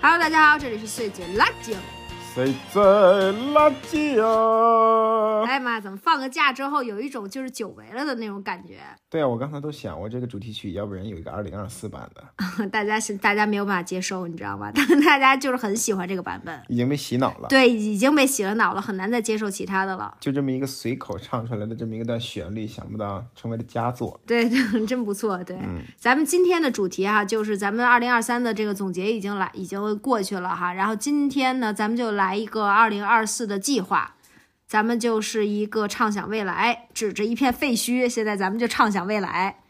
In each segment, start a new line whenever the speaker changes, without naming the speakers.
Hello，大家好，这里是碎嘴辣椒。
谁在垃圾啊？
哎呀妈，呀，怎么放个假之后有一种就是久违了的那种感觉？
对啊，我刚才都想过这个主题曲，要不然有一个二零二四版的，
大家是大家没有办法接受，你知道吗？但 是大家就是很喜欢这个版本，
已经被洗脑了。
对，已经被洗了脑了，很难再接受其他的了。
就这么一个随口唱出来的这么一段旋律，想不到成为了佳作。
对，对真不错。对，咱们今天的主题哈、就是咱们二零二三的这个总结已经来已经过去了哈，然后今天呢，咱们就来一个二零二四的计划，咱们就是一个畅想未来，指着一片废墟，现在咱们就畅想未来。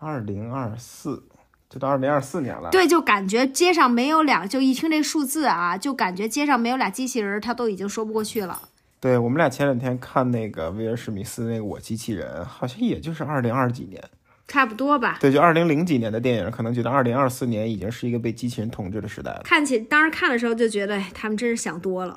二零二四，就到二零二四年了。
对，就感觉街上没有俩，就一听这数字啊，就感觉街上没有俩机器人儿，他都已经说不过去了。
对我们俩前两天看那个威尔史密斯那个《我机器人》，好像也就是二零二几年，
差不多吧，
对，就二零零几年的电影，可能觉得二零二四年已经是一个被机器人统治的时代了。
看起当时看的时候就觉得，哎，他们真是想多 了。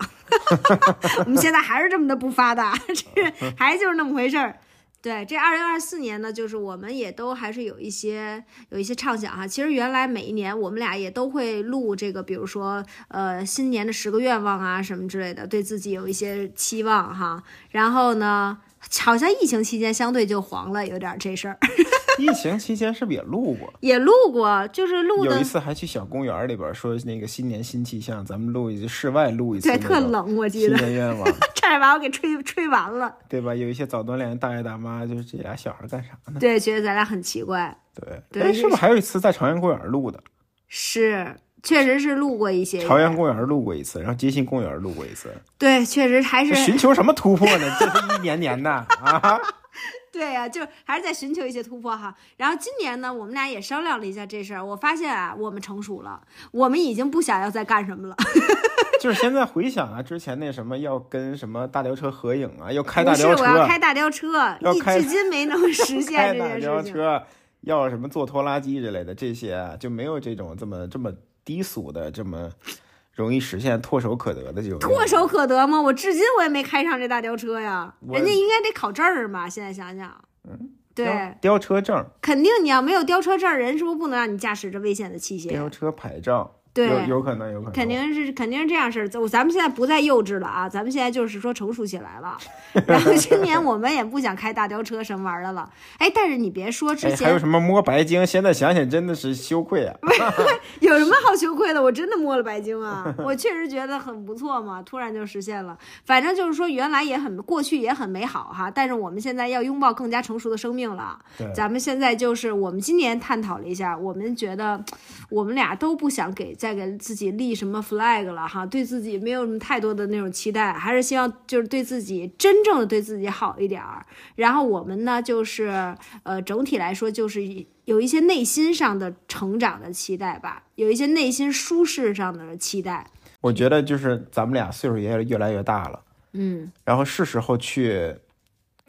我们现在还是这么的不发达， 这还就是那么回事儿。对，这二零二四年呢，就是我们也都还是有一些有一些畅想哈。其实原来每一年我们俩也都会录这个，比如说呃新年的十个愿望啊什么之类的，对自己有一些期望哈。然后呢，好像疫情期间相对就黄了，有点儿这事儿
疫情期间是不是也录过？
也录过，就是录
有
的
一次还去小公园里边说那个新年新气象，咱们录一室外录一次，
对特，冷，我记
新
得
年愿望，
差点把我给吹吹完了。
对吧？有一些早锻炼的大爷大妈，就是这俩小孩干啥呢？
对，觉得咱俩很奇怪，
对，
对
哎，
这
是不是还有一次在朝阳公园录的？
是，确实是录过一些，
朝阳公园录过一次，然后街心公园录过一次，
对，确实还
这
是
寻求什么突破呢？这是一年年的啊！
对呀、就还是在寻求一些突破哈。然后今年呢，我们俩也商量了一下这事儿，我发现啊，我们成熟了，我们已经不想要再干什么了，
就是现在回想啊，之前那什么要跟什么大吊车合影啊，要开大
不是
吊车，
我要开大吊车，
要
一
开
至今没 能实现
开
这
大
件
吊
事情。
车，要什么坐拖拉机之类的，这些啊就没有这种这么这么低俗的这么。容易实现唾手可得的这种
唾手可得吗？我至今我也没开上这大吊车呀，
我
人家应该得考证儿嘛。现在想想，嗯，对
吊，吊车证、
肯定你要没有吊车证儿，人是不是不能让你驾驶这危险的器械？
吊车牌照，
对
有有可能，有可能，
肯定是肯定是这样式儿。咱咱们现在不再幼稚了啊，咱们现在就是说成熟起来 了。然后今年我们也不想开大吊车什么玩意儿的了。哎，但是你别说，之
哎，还有
前
什么摸白鲸？现在想想真的是羞愧啊！
有什么好羞愧的？我真的摸了白鲸啊，我确实觉得很不错嘛，突然就实现了。反正就是说，原来也很过去也很美好哈，但是我们现在要拥抱更加成熟的生命了。
对，
咱们现在就是我们今年探讨了一下，我们觉得我们俩都不想给再给自己立什么 flag 了哈，对自己没有什么太多的那种期待，还是希望就是对自己真正的对自己好一点儿。然后我们呢，就是呃，整体来说就是以有一些内心上的成长的期待吧，有一些内心舒适上的期待。
我觉得就是咱们俩岁数也越来越大了，
嗯
然后是时候去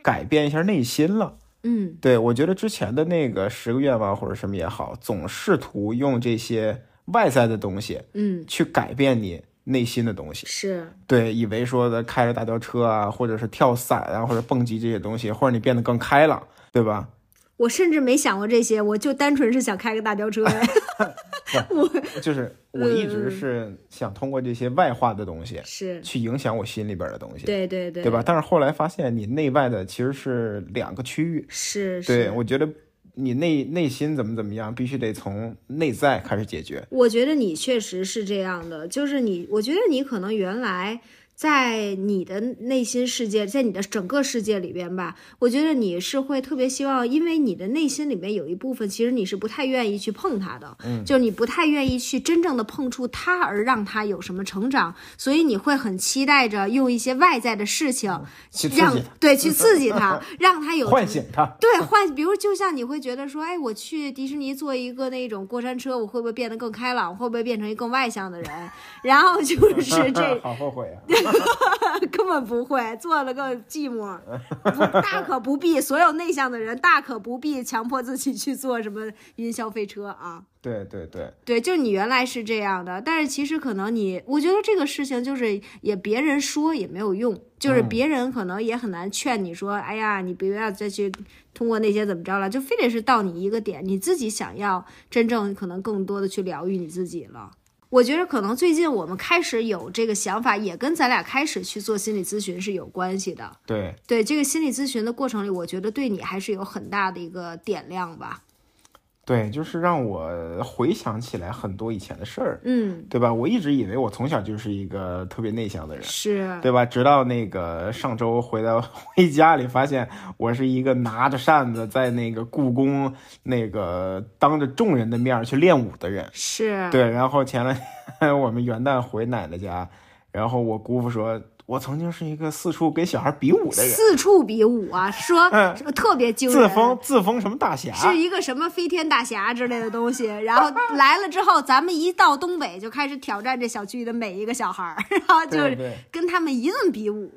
改变一下内心了。
嗯，
对我觉得之前的那个十个愿望或者什么也好，总试图用这些外在的东西
嗯，
去改变你内心的东西。
是
对，以为说的开着大吊车啊，或者是跳伞啊，或者蹦极这些东西，或者你变得更开朗，对吧？
我甚至没想过这些，我就单纯是想开个大吊车。
就是我一直是想通过这些外化的东西
是，
去影响我心里边的东西，
对对对
对吧？？但是后来发现，你内外的其实是两个区域。
是，
对，
是
我觉得你内内心怎么怎么样，必须得从内在开始解决。
我觉得你确实是这样的，就是你，我觉得你可能原来在你的内心世界，在你的整个世界里边吧，我觉得你是会特别希望，因为你的内心里面有一部分，其实你是不太愿意去碰它的，嗯，就是你不太愿意去真正的碰触它，而让它有什么成长，所以你会很期待着用一些外在的事情
嗯去刺激
让
它
对去刺激 它，让它有
唤醒他。
对，换，比如就像你会觉得说，哎，我去迪士尼坐一个那种过山车，我会不会变得更开朗？会不会变成一个更外向的人？然后就是 这
好后悔啊！
根本不会，做了个寂寞，不大可不必。所有内向的人大可不必强迫自己去坐什么云霄飞车啊。
对对对，
对，就你原来是这样的，但是其实可能你，我觉得这个事情就是也别人说也没有用，就是别人可能也很难劝你说，哎呀，你不要再去通过那些怎么着了，就非得是到你一个点，你自己想要真正可能更多的去疗愈你自己了。我觉得可能最近我们开始有这个想法，也跟咱俩开始去做心理咨询是有关系的。
对，
对这个心理咨询的过程里，我觉得对你还是有很大的一个点亮吧。
对，就是让我回想起来很多以前的事儿，
嗯，
对吧？我一直以为我从小就是一个特别内向的人，
是，
对吧？直到那个上周回到 回家里，发现我是一个拿着扇子在那个故宫那个当着众人的面儿去练武的人。
是，
对，然后前两天 我们元旦回奶奶家，然后我姑父说，我曾经是一个四处跟小孩比武的人，
四处比武啊，说
嗯
说特别惊
自
人。
封自封什么大侠，
是一个什么飞天大侠之类的东 西，然后来了之后，咱们一到东北就开始挑战这小区里的每一个小孩儿， 然后就
对
是
对
跟他们一顿比武。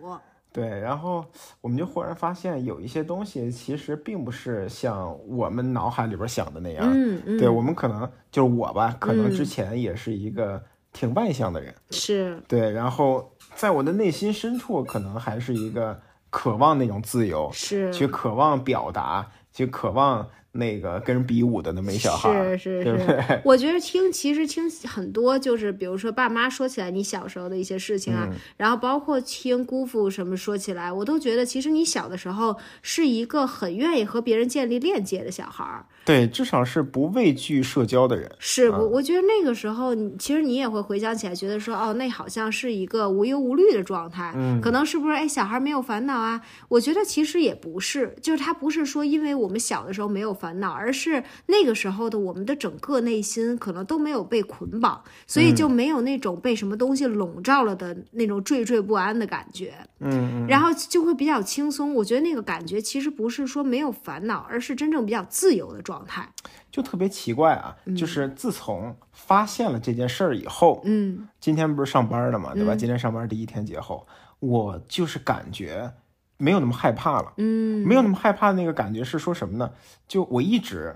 对，然后我们就忽然发现有一些东西其实并不是像我们脑海里边想的那样，
嗯嗯，
对我们可能就是我吧，可能
嗯
之前也是一个挺外向的人，
是，
对，然后在我的内心深处，可能还是一个渴望那种自由，
是
去渴望表达，去渴望那个跟人比武的那么一小孩儿，
是是
对不对？
是，我觉得听其实听很多，就是比如说爸妈说起来你小时候的一些事情啊，
嗯
然后包括听姑父什么说起来，我都觉得其实你小的时候是一个很愿意和别人建立链接的小孩儿。
对，至少是不畏惧社交的人。
是我，我觉得那个时候你其实你也会回想起来，觉得说哦，那好像是一个无忧无虑的状态，嗯，可能是不是？哎，小孩没有烦恼啊？我觉得其实也不是，就是他不是说因为我们小的时候没有烦恼，而是那个时候的我们的整个内心可能都没有被捆绑，所以就没有那种被什么东西笼罩了的那种惴惴不安的感觉，嗯，然后就会比较轻松。我觉得那个感觉其实不是说没有烦恼，而是真正比较自由的状态，
就特别奇怪啊，就是自从发现了这件事儿以后，
嗯，
今天不是上班了嘛，对吧？今天上班第一天节后，我就是感觉没有那么害怕了，
嗯，
没有那么害怕的那个感觉是说什么呢？就我一直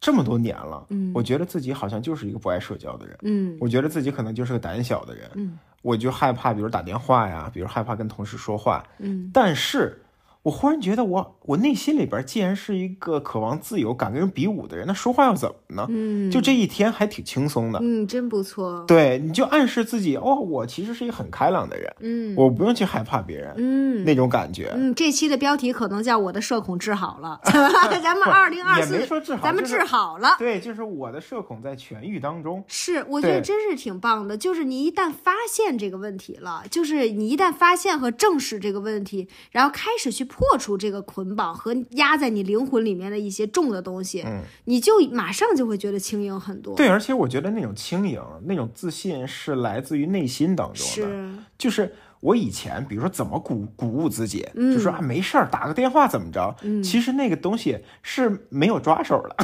这么多年了，
嗯
我觉得自己好像就是一个不爱社交的人，
嗯。
我觉得自己可能就是个胆小的人，
嗯，
我就害怕，比如打电话呀，比如害怕跟同事说话，
嗯，
但是我忽然觉得我我内心里边既然是一个渴望自由、敢跟人比武的人，那说话要怎么呢？
嗯，
就这一天还挺轻松的，
嗯，真不错。
对，你就暗示自己，哦，我其实是一个很开朗的人，
嗯
我不用去害怕别人，
嗯
那种感觉。
嗯，这期的标题可能叫“我的社恐治好了”， 咱们二零二
也没
四，
说治好，
咱们
就
治
是
好了。
对，就是我的社恐在痊愈当中。
是，我觉得
对
真是挺棒的。就是你一旦发现这个问题了，就是你一旦发现和正视这个问题，然后开始去破除这个捆绑和压在你灵魂里面的一些重的东西，
嗯
你就马上就会觉得轻盈很多。，
对，而且我觉得那种轻盈、那种自信是来自于内心当中的。
是，
就是我以前，比如说怎么鼓鼓舞自己，就
嗯
说啊没事儿，打个电话怎么着？其实那个东西是没有抓手的，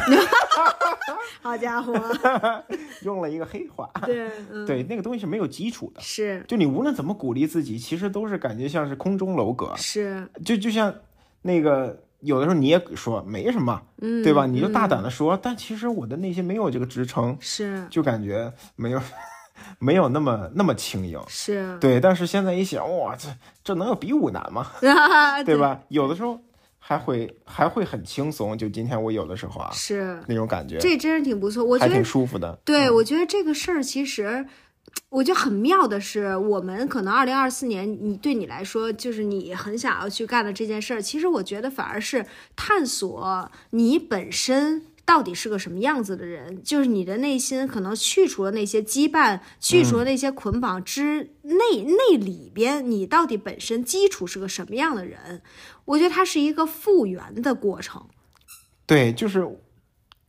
好家伙，
用了一个黑话。
对，嗯，
对，那个东西是没有基础的。
是
就你无论怎么鼓励自己，其实都是感觉像是空中楼阁，
是，
就就像那个有的时候你也说没什么，
嗯，
对吧？你就大胆的说，但其实我的内心没有这个支撑，
是
就感觉没有 没有那么那么轻盈。
是，
对，但是现在一想，哇，这这能有比武难 吗？
啊
对吧？有的时候还会还会很轻松，就今天我有的时候啊，
是，
那种感觉
这真是挺不错。我觉
还
得
挺，嗯舒服的。
对我觉得这个事儿其实。我觉得很妙的是，我们可能二零二四年，你对你来说，就是你很想要去干的这件事儿，其实我觉得反而是探索你本身到底是个什么样子的人，就是你的内心可能去除了那些羁绊，去除
嗯
了那些捆绑之内、内里边，你到底本身基础是个什么样的人？我觉得它是一个复原的过程。
对，就是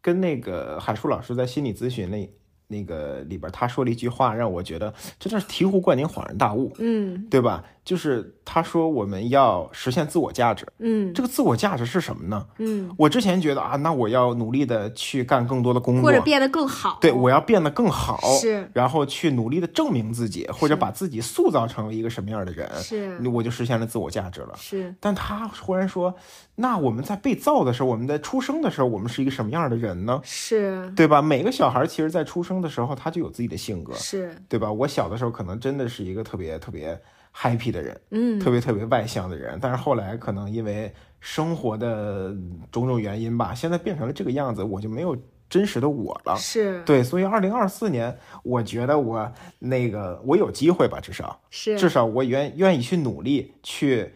跟那个海叔老师在心理咨询那那个里边，他说了一句话，让我觉得真的是醍醐灌顶，恍然大悟，
嗯
对吧？就是他说我们要实现自我价值，
嗯
这个自我价值是什么呢？
嗯，
我之前觉得啊，那我要努力的去干更多的工
或
作
者，变得更好。
对，我要变得更好，
是
然后去努力的证明自己，或者
是
把自己塑造成为一个什么样的人，
是
我就实现了自我价值了。
是
但他忽然说，那我们在被造的时候，我们在出生的时候，我们是一个什么样的人呢？
是
对吧？每个小孩其实，在出生的时候，他就有自己的性格，
是，
对吧？我小的时候可能真的是一个特别特别 happy 的人，
嗯
特别特别外向的人，但是后来可能因为生活的种种原因吧，现在变成了这个样子，我就没有真实的我了。
是
啊对，所以二零二四年，我觉得我那个我有机会吧，至少
是
至少我愿愿意去努力去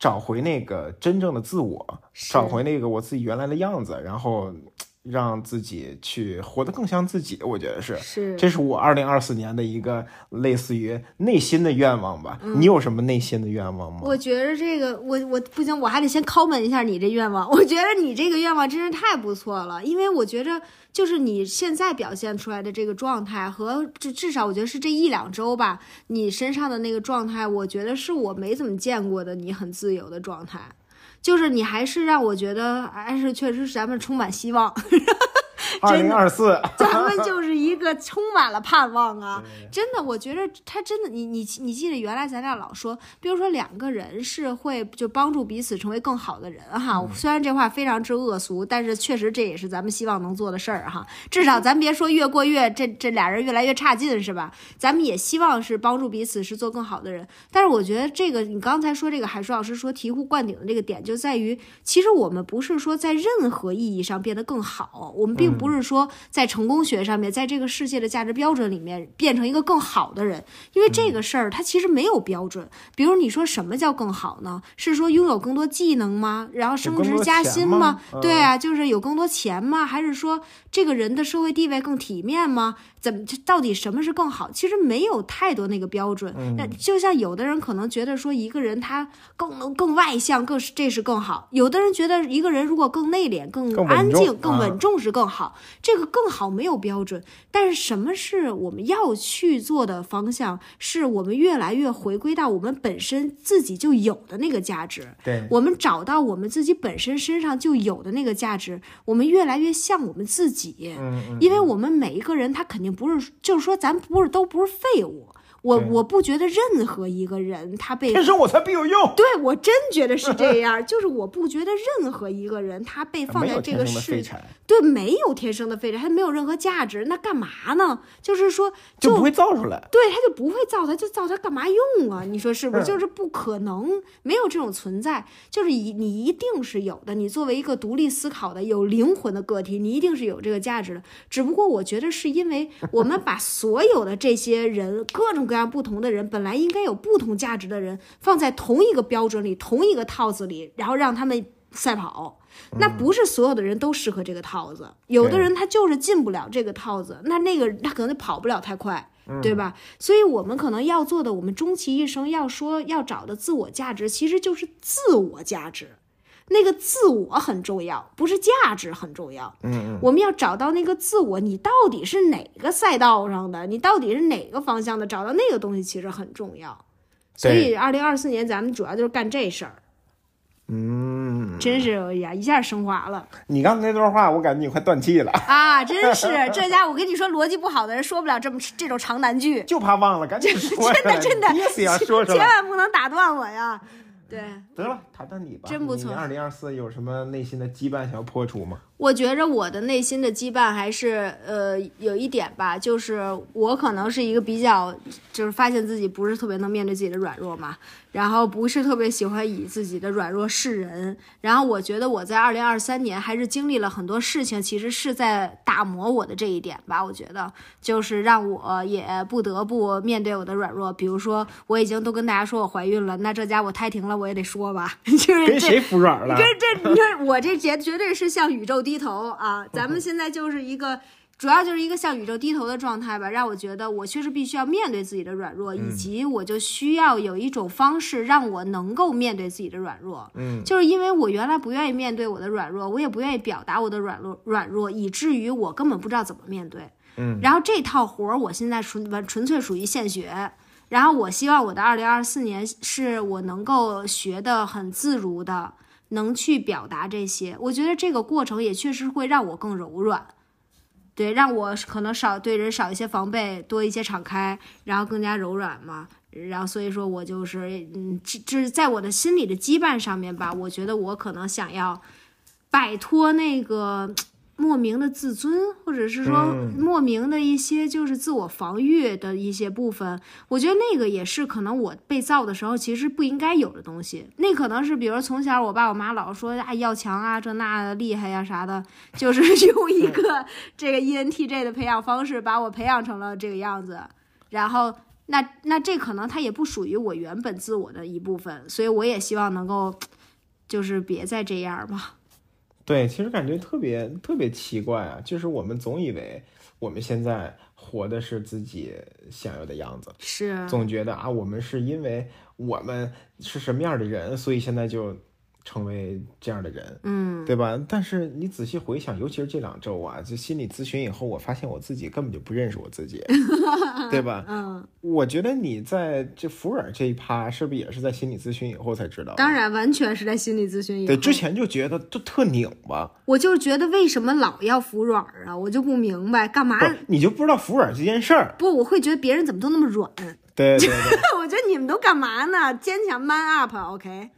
找回那个真正的自我，
是
找回那个我自己原来的样子，然后嘖让自己去活得更像自己。我觉得是，
是
这是我二零二四年的一个类似于内心的愿望吧。你有什么内心的愿望吗？
嗯我觉得这个，我我不行，我还得先拷问一下你这愿望。 我觉得你这个愿望真是太不错了，因为我觉着就是你现在表现出来的这个状态和至至少我觉得是这一两周吧，你身上的那个状态，我觉得是我没怎么见过的你很自由的状态，就是你还是让我觉得还是确实是咱们充满希望。
二
真
零
的
二四，
咱 们就是一个充满了盼望啊！真的，我觉得他真的，你你你记得原来咱俩老说，比如说两个人是会就帮助彼此成为更好的人哈。虽然这话非常之恶俗，但是确实这也是咱们希望能做的事儿哈。至少咱别说越过越这这俩人越来越差劲是吧？咱们也希望是帮助彼此是做更好的人。但是我觉得这个你刚才说这个海叔老师说醍醐灌顶的这个点就在于，其实我们不是说在任何意义上变得更好，我们并不是说在成功学上面，在这个世界的价值标准里面变成一个更好的人，因为这个事儿它其实没有标准。比如你说什么叫更好呢？是说拥有更多技能吗？然后升
更
职
多
加
钱
薪
吗
吗？
嗯
对啊，就是有更多钱吗？还是说这个人的社会地位更体面吗？怎么这到底什么是更好？其实没有太多那个标准。那、
嗯
就像有的人可能觉得说一个人他更能更外向，更是这是更好；有的人觉得一个人如果更内敛、更
更稳
安静、
重
更
啊
稳重是更好。这个更好没有标准，但是什么是我们要去做的方向？是我们越来越回归到我们本身自己就有的那个价值。
对，
我们找到我们自己本身身上就有的那个价值，我们越来越像我们自己。
嗯嗯，
因为我们每一个人，他肯定不是，就是说，咱不是都不是废物。我
对
我不觉得任何一个人他 被
天生我材必有用。
对我真觉得是这样， 就是我不觉得任何一个人他被放
没
在
有
这
天
个
生的
世
废
界，
柴，
对，没有天生的废柴，他没有任何价值，那干嘛呢？就是说，
就
就
不会造出来。
对，他就不会造它，就造它干嘛用啊？你说是不是？
是
就是不可能，没有这种存在。就是一你一定是有的，你作为一个独立思考的、有灵魂的个体，你一定是有这个价值的。只不过我觉得是因为我们把所有的这些人，各种各样不同的人，本来应该有不同价值的人，放在同一个标准里、同一个套子里，然后让他们赛跑。那不是所有的人都适合这个套子，有的
对
人他就是进不了这个套子，那那个他可能就跑不了太快，
嗯
对吧？所以我们可能要做的，我们终其一生要说要找的自我价值，其实就是自我价值。那个自我很重要，不是价值很重要。
嗯嗯，
我们要找到那个自我，你到底是哪个赛道上的，你到底是哪个方向的，找到那个东西其实很重要。所以，二零二四年咱们主要就是干这事儿，
嗯，
真是哎呀，一下升华了。
你刚才那段话，我感觉你快断气了，
啊，真是这家伙，我跟你说，逻辑不好的人说不了这么这种长难句，
就怕忘了，赶紧说
真的真的，
憋死呀，说出
千
来。
万不能打断我呀。对，
得了，谈谈你吧。
真不错
二零二四有什么内心的羁绊想要破除吗？
我觉着我的内心的羁绊还是呃有一点吧，就是我可能是一个比较，就是发现自己不是特别能面对自己的软弱嘛，然后不是特别喜欢以自己的软弱示人，然后我觉得我在二零二三年还是经历了很多事情，其实是在打磨我的这一点吧，我觉得就是让我也不得不面对我的软弱，比如说我已经都跟大家说我怀孕了，那这家伙胎停了我也得说吧， 就是
跟
这
谁服软了
跟？这，你看我这绝绝对是向宇宙低头啊！咱们现在就是一个。主要就是一个向宇宙低头的状态吧，让我觉得我确实必须要面对自己的软弱，以
嗯
及我就需要有一种方式让我能够面对自己的软弱。
嗯，
就是因为我原来不愿意面对我的软弱，我也不愿意表达我的软弱软弱，以至于我根本不知道怎么面对。
嗯，
然后这套活儿我现在纯完纯粹属于现学。然后我希望我的二零二四年是我能够学的很自如的，能去表达这些。我觉得这个过程也确实会让我更柔软，对，让我可能少对人少一些防备，多一些敞开，然后更加柔软嘛。然后所以说我就是，嗯，这这是在我的心理的羁绊上面吧，我觉得我可能想要摆脱那个莫名的自尊，或者是说
嗯
莫名的一些就是自我防御的一些部分，我觉得那个也是可能我被造的时候其实不应该有的东西。那可能是比如从小我爸我妈老说啊要强啊这那的厉害呀、啥的，就是 用一个这个 E ENTJ 的培养方式把我培养成了这个样子，然后。那那这可能它也不属于我原本自我的一部分，所以我也希望能够，就是别再这样吧。
对，其实感觉特别特别奇怪啊，就是我们总以为我们现在活的是自己想要的样子，
是，
总觉得啊，我们是因为我们是什么样的人，所以现在就成为这样的人，
嗯，
对吧？但是你仔细回想，尤其是这两周啊，就心理咨询以后，我发现我自己根本就不认识 我自己，对吧？
嗯，
我觉得你在这福尔这一趴，是不是也是在心理咨询以后才知道？
当。然完全是在心理咨询以后。
对，之前就觉得就特拧巴，
我就是觉得为什么老要服软啊，我就不明白干嘛
不。是，你就不知道服软这件事儿。
不，我会觉得别人怎么都那么软，
对对 对，
我觉得你们都干嘛呢？坚强 man up，OK，、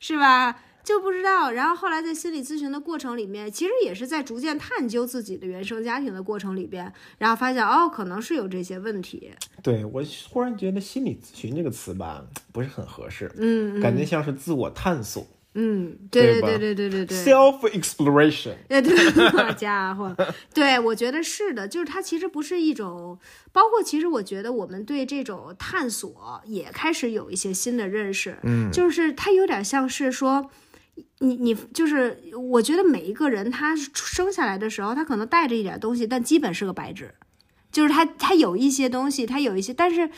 是吧？就不知道。然后后来在心理咨询的过程里面，其实也是在逐渐探究自己的原生家庭的过程里边，然后发现哦，可能是有这些问题。
对我忽然觉得心理咨询这个词吧，不是很合适，
嗯
感觉像是自我探索
嗯，对对
对吧
对对对对对。
（self exploration）。
呃，对，好家伙，对我觉得是的，就是它其实不是一种，包括其实我觉得我们对这种探索也开始有一些新的认识，
嗯，
就是它有点像是说。你你就是，我觉得每一个人他生下来的时候，他可能带着一点东西，但基本是个白纸，就是他他有一些东西，他有一些，但是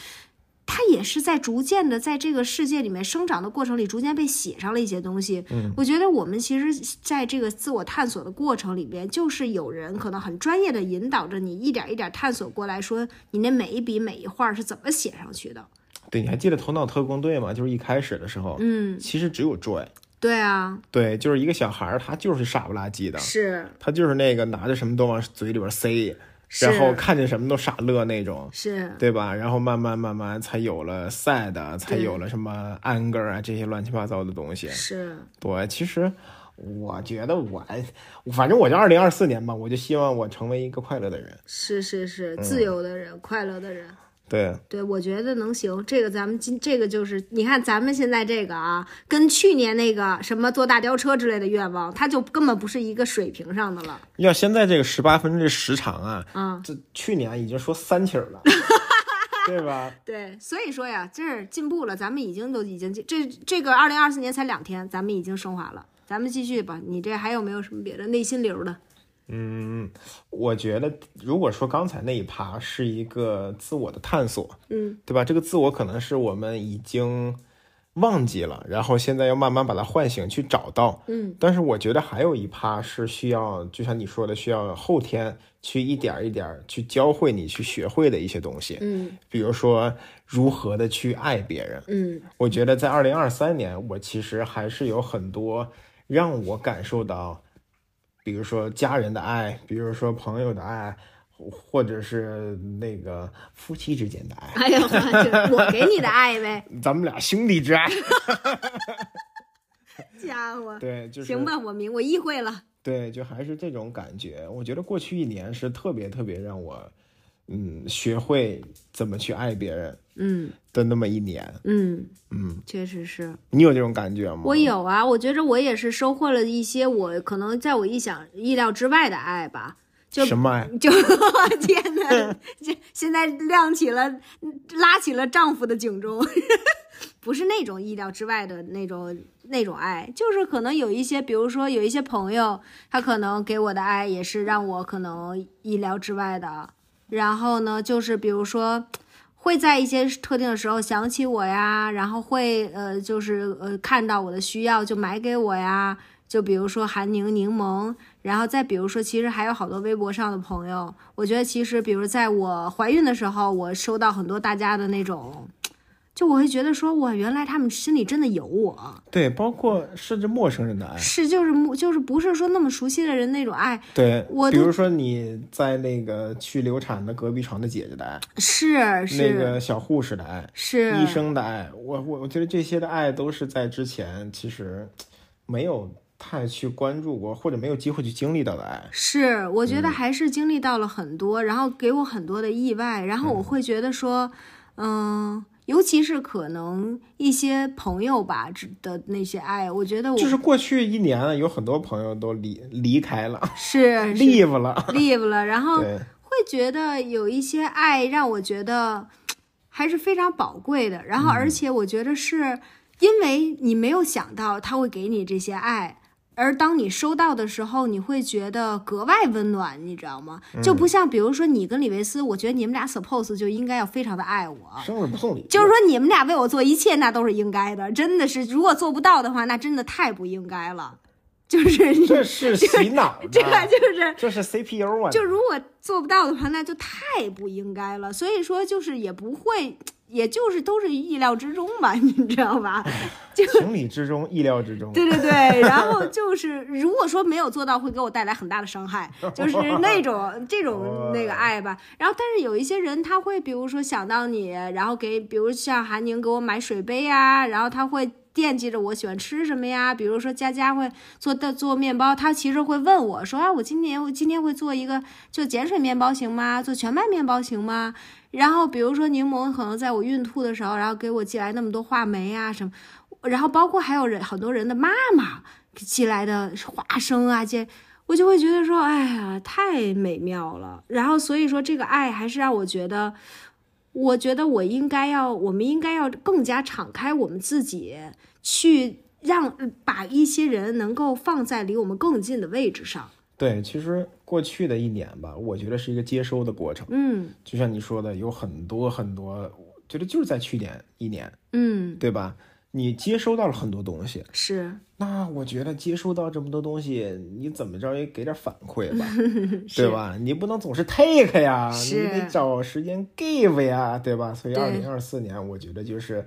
他也是在逐渐的在这个世界里面生长的过程里，逐渐被写上了一些东西。
嗯，
我觉得我们其实在这个自我探索的过程里边，就是有人可能很专业的引导着你一点一点探索过来说，你那每一笔每一画是怎么写上去的。
对，你还记得《头脑特工队》吗？就是一开始的时候，
嗯，
其实只有 Joy，
对啊，
对，就是一个小孩儿，他就是傻不拉几的，
是
他就是那个拿着什么都往嘴里边塞，
是
然后看见什么都傻乐那种。
是，
对吧？然后慢慢慢慢才有了 sad，才啊有了什么 anger 啊这些乱七八糟的东西。
是，
对，其实我觉得我，反正我就二零二四年吧，我就希望我成为一个快乐的人。
是是是，
嗯
自由的人，快乐的人。
对，
对，我觉得能行。这个咱们今这个就是，你看咱们现在这个啊，跟去年那个什么坐大吊车之类的愿望，它就根本不是一个水平上的了
要现在这个十八分这时长啊，
啊、
这去年已经说三起儿 了，对吧？
对，所以说呀，这是进步了，咱们已经都已经进这这个二零二四年才两天，咱们已经升华了。咱们继续吧，你这还有没有什么别的内心流的？
嗯，我觉得如果说刚才那一趴是一个自我的探索，
嗯，
对吧？这个自我可能是我们已经忘记了，然后现在要慢慢把它唤醒，去找到。
嗯，
但是我觉得还有一趴是需要，就像你说的，需要后天去一点儿一点儿去教会你去学会的一些东西，
嗯
比如说如何的去爱别人。
嗯
我觉得在二零二三年，我其实还是有很多让我感受到，比如说家人的爱，比如说朋友的爱，或或者是那个夫妻之间的爱，
哎呀，我这 我给你的爱呗，
咱们俩兄弟之爱。
家伙，
对，就是
行吧，我明我意会了。
对，就还是这种感觉。我觉得过去一年是特别特别让我，嗯，学会怎么去爱别人
嗯
的那么一年。
嗯，
嗯，
确实是。
你有这种感觉吗？
我。有啊，我觉着我也是收获了一些我可能在我意想意料之外的爱吧。就嗯
什么爱？
就天哪，这现在亮起了，拉起了丈夫的警钟， 不是那种意料之外的那种那种爱，就是可能有一些，比如说有一些朋友，他可能给我的爱也是让我可能意料之外的。然后呢，就是比如说。会在一些特定的时候想起我呀，然后会呃，就是呃，看到我的需要就买给我呀，就比如说韩宁柠檬，然后再比如说，其实还有好多微博上的朋友，我觉得其实，比如在我怀孕的时候，我收到很多大家的那种，就我会觉得说，哇，原来他们心里真的有我，
对，包括甚至陌生人的爱。
是就是就是不是说那么熟悉的人那种哎爱，
对，
我
比
都
如说你在那个去流产的隔壁床的姐姐的爱，
是是、
那个小护士的爱，
是
医生的爱，我我我觉得这些的爱都是在之前其实没有太去关注过，或者没有机会去经历到的爱。
是，我
嗯
觉得还是经历到了很多，然后给我很多的意外，然后我会觉得说，嗯、尤其是可能一些朋友吧指的那些爱，我觉得我
就是过去一年，啊有很多朋友都离离开了
哎 是嗯是
，leave 了。
leave 了，然后
对，
会觉得有一些爱让我觉得还是非常宝贵的。然后，而且我觉得是因为你没有想到他会给你这些爱。而当你收到的时候，你会觉得格外温暖，你知道吗？就不像比如说你跟李维斯，我觉得你们俩 suppose 就应该要非常的爱我，
生日不送礼，
就是说你们俩为我做一切，那都是应该的，真的是，如果做不到的话，那真的太不应该了。就是你
这是洗脑的，
这个就是
这是 CPU 啊！
就如果做不到的话，那就太不应该了。所以说，就是也不会，也就是都是意料之中吧，你知道吧？
情理之中，意料之中。
对对对。然后就是，如果说没有做到，会给我带来很大的伤害，就是那种这种那个爱吧。然后，但是有一些人他会，比如说想到你，然后给，比如像韩宁给我买水杯啊，然后他会。惦记着我喜欢吃什么呀？比如说佳佳会做的做面包，她其实会问我说：“啊，我今年我今天会做一个就碱水面包行吗？做全麦面包行吗？然后比如说柠檬，可能在我孕吐的时候，然后给我寄来那么多话梅啊什么，然后包括还有人很多人的妈妈寄来的花生啊，这我就会觉得说，哎呀，太美妙了。然后所以说这个爱还是让我觉得。我觉得我应该要，我们应该要更加敞开我们自己，去让把一些人能够放在离我们更近的位置上。
对，其实过去的一年吧，我觉得是一个接收的过程。
嗯
就像你说的，有很多很多，我觉得就是在去年一年，
嗯，
对吧？你接收到了很多东西，
是
那我觉得接收到这么多东西，你怎么着也给点反馈 吧，对吧？你不能总是 take 呀，你
是
得找时间 give 呀，对吧？所以
对
二零二四年，我觉得就是，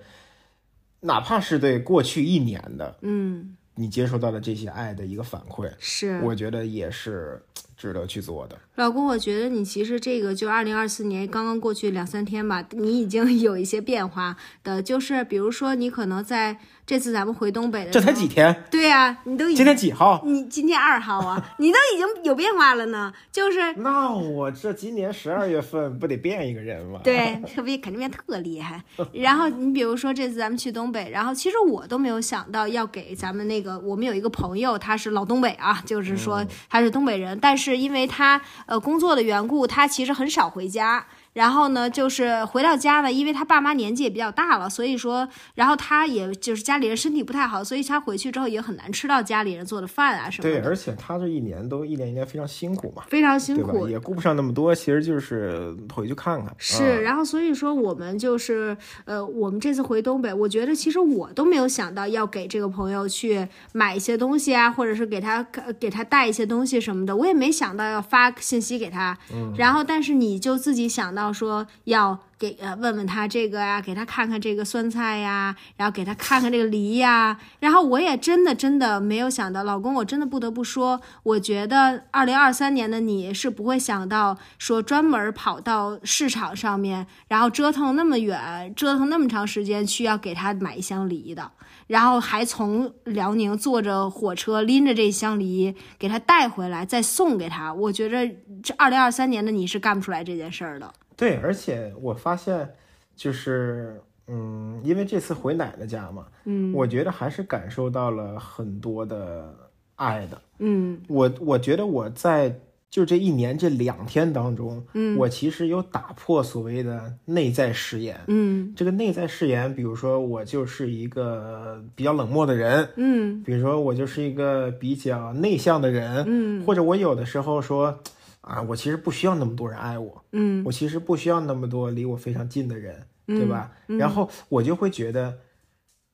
哪怕是对过去一年的
嗯
你接收到的这些爱的一个反馈，
是。
我觉得也是值得去做的。
老公，我觉得你其实这个就二零二四年刚刚过去两三天吧，你已经有一些变化的，就是比如说你可能在这次咱们回东北的时
这
候，
才几天，
对呀、你都已
今
经
天几号？
你今天二号啊， 你都已经有变化了呢，就是
那我这今年十二月份不得变一个人吗？，
对，特别肯定变特厉害。然后你比如说这次咱们去东北，然后其实我都没有想到要给咱们那个，我们有一个朋友，他是老东北啊，就是说
嗯
他是东北人，但是因为他呃工作的缘故，他其实很少回家。然后呢，就是回到家呢，因为他爸妈年纪也比较大了，所以说，然后他也就是家里人身体不太好，所以他回去之后也很难吃到家里人做的饭啊什么
对，
的，
而且他这一年都一年一年非常辛苦嘛，
非常辛
对吧
苦？。
也顾不上那么多，其实就是回去看啊看。
是，然后所以说我们就是呃，我们这次回东北，我觉得其实我都没有想到要给这个朋友去买一些东西啊，或者是给他呃给他带一些东西什么的，我也没想到要发信息给他。然后但是你就自己想到说要。给呃问问他这个呀、给他看看这个酸菜呀、然后给他看看这个梨呀、然后我也真的真的没有想到，老公，我真的不得不说，我觉得二零二三年的你是不会想到说专门跑到市场上面，然后折腾那么远，折腾那么长时间去要给他买一箱梨的，然后还从辽宁坐着火车拎着这一箱梨给他带回来，再送给他。我觉着这二零二三年的你是干不出来这件事儿的。
对，而且我发现就是。嗯，因为这次回奶奶家嘛，嗯，我觉得还是感受到了很多的爱的。
嗯
我我觉得我在就这一年这两天当中，嗯，我其实有打破所谓的内在誓言，
嗯
这个内在誓言，比如说我就是一个比较冷漠的人，
嗯
比如说我就是一个比较内向的人，嗯，或者我有的时候说，啊，我其实不需要那么多人爱我，
嗯
我其实不需要那么多离我非常近的人，对吧？
嗯
然后我就会觉得，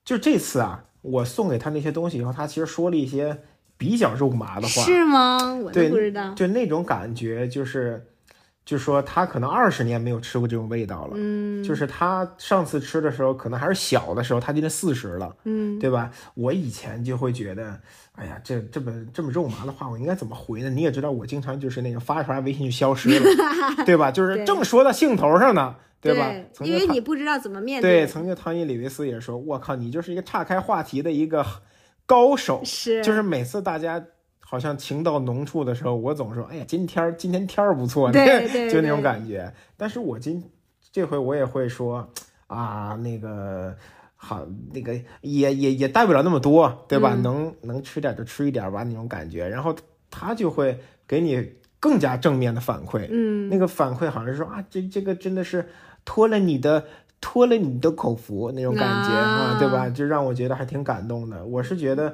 就这次啊，我送给他那些东西以后，他其实说了一些比较肉麻的话，
是啊吗？我都
对
不知道。
就那种感觉，就是，就说他可能二十年没有吃过这种味道了。
嗯
就是他上次吃的时候，可能还是小的时候，他今年四十了，
嗯
对吧？我以前就会觉得，哎呀，这这么这么肉麻的话，我应该怎么回呢？你也知道，我经常就是那个发着发着微信就消失 了，对吧？就是
对
正说到兴头上呢，吧？曾
因
经
为
他
你不知道怎么面
曾经汤因·李维斯也说，我靠，你就是一个岔开话题的一个高手，
是
就是每次大家好像情到浓处的时候，我总说，哎呀，今天儿今天天儿不错，
对对
就那种
对
感觉。但是我今这回我也会说啊，那个好，那个也也也带不了那么多，对
嗯
吧？能能吃点就吃一点吧，那种感觉。然后他就会给你更加正面的反馈，
嗯，
那个反馈好像是说啊，这这个真的是托了你的托了你的口福那种感觉啊
啊
对吧？就让我觉得还挺感动的。我是觉得，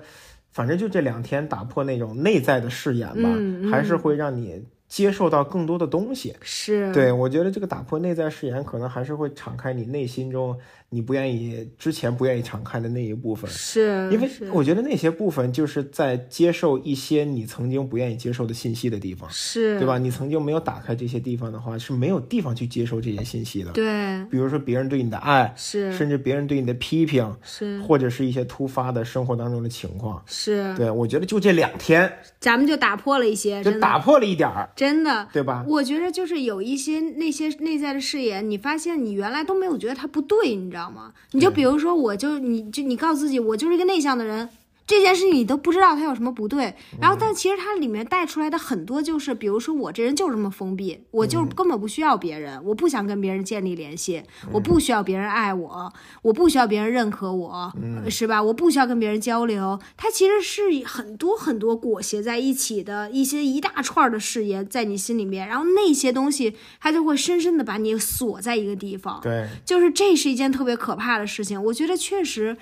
反正就这两天打破那种内在的誓言吧，
嗯嗯嗯
还是会让你接受到更多的东西。
是，
对，我觉得这个打破内在誓言，可能还是会敞开你内心中你不愿意之前不愿意敞开的那一部分，
是，
因为
嗯是
我觉得那些部分就是在接受一些你曾经不愿意接受的信息的地方。
是，
对吧？你曾经没有打开这些地方的话，是没有地方去接收这些信息的。
对？
比如说别人对你的爱，
是
甚至别人对你的批评，
是
或者是一些突发的生活当中的情况。
是，
对，我觉得就这两天
咱们就打破了一些，
就
真的
打破了一点儿，
真的。
对吧？
我觉得就是有一些那些内在的誓言，你发现你原来都没有觉得它不对，你知道吗？你就比如说，我就你就你告诉自己，我就是一个内向的人，这件事情你都不知道它有什么不对。然后，但其实它里面带出来的很多就是，比如说我这人就是这么封闭，我就根本不需要别人，我不想跟别人建立联系，我不需要别人爱我，我不需要别人认可我，是吧？我不需要跟别人交流。它其实是很多很多裹挟在一起的一些一大串儿的誓言在你心里面，然后那些东西它就会深深的把你锁在一个地方。
对，
就是这是一件特别可怕的事情。我觉得确实，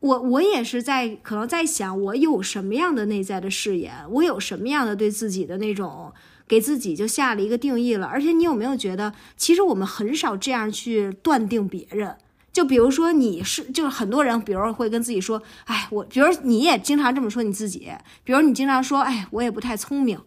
我我也是在可能在想，我有什么样的内在的誓言，我有什么样的对自己的那种。给自己就下了一个定义了，而且你有没有觉得，其实我们很少这样去断定别人。就比如说你是，就是很多人，比如会跟自己说，哎，我，比如你也经常这么说你自己，比如你经常说，哎，我也不太聪明，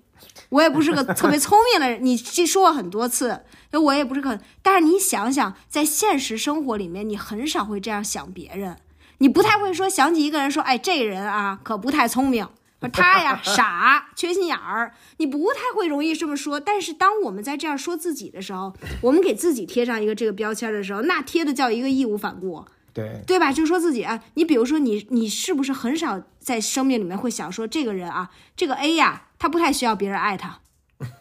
我也不是个特别聪明的人，你这说过很多次，就我也不是个，但是你想想，在现实生活里面，你很少会这样想别人，你不太会说想起一个人说，哎，这个人啊，可不太聪明。说他呀，傻，缺心眼儿，你不太会容易这么说。但是当我们在这样说自己的时候，我们给自己贴上一个这个标签的时候，那贴的叫一个义无反顾。
对，
对吧？就说自己啊，你比如说你，你是不是很少在生命里面会想说，这个人啊，这个 A 呀、他不太需要别人爱他，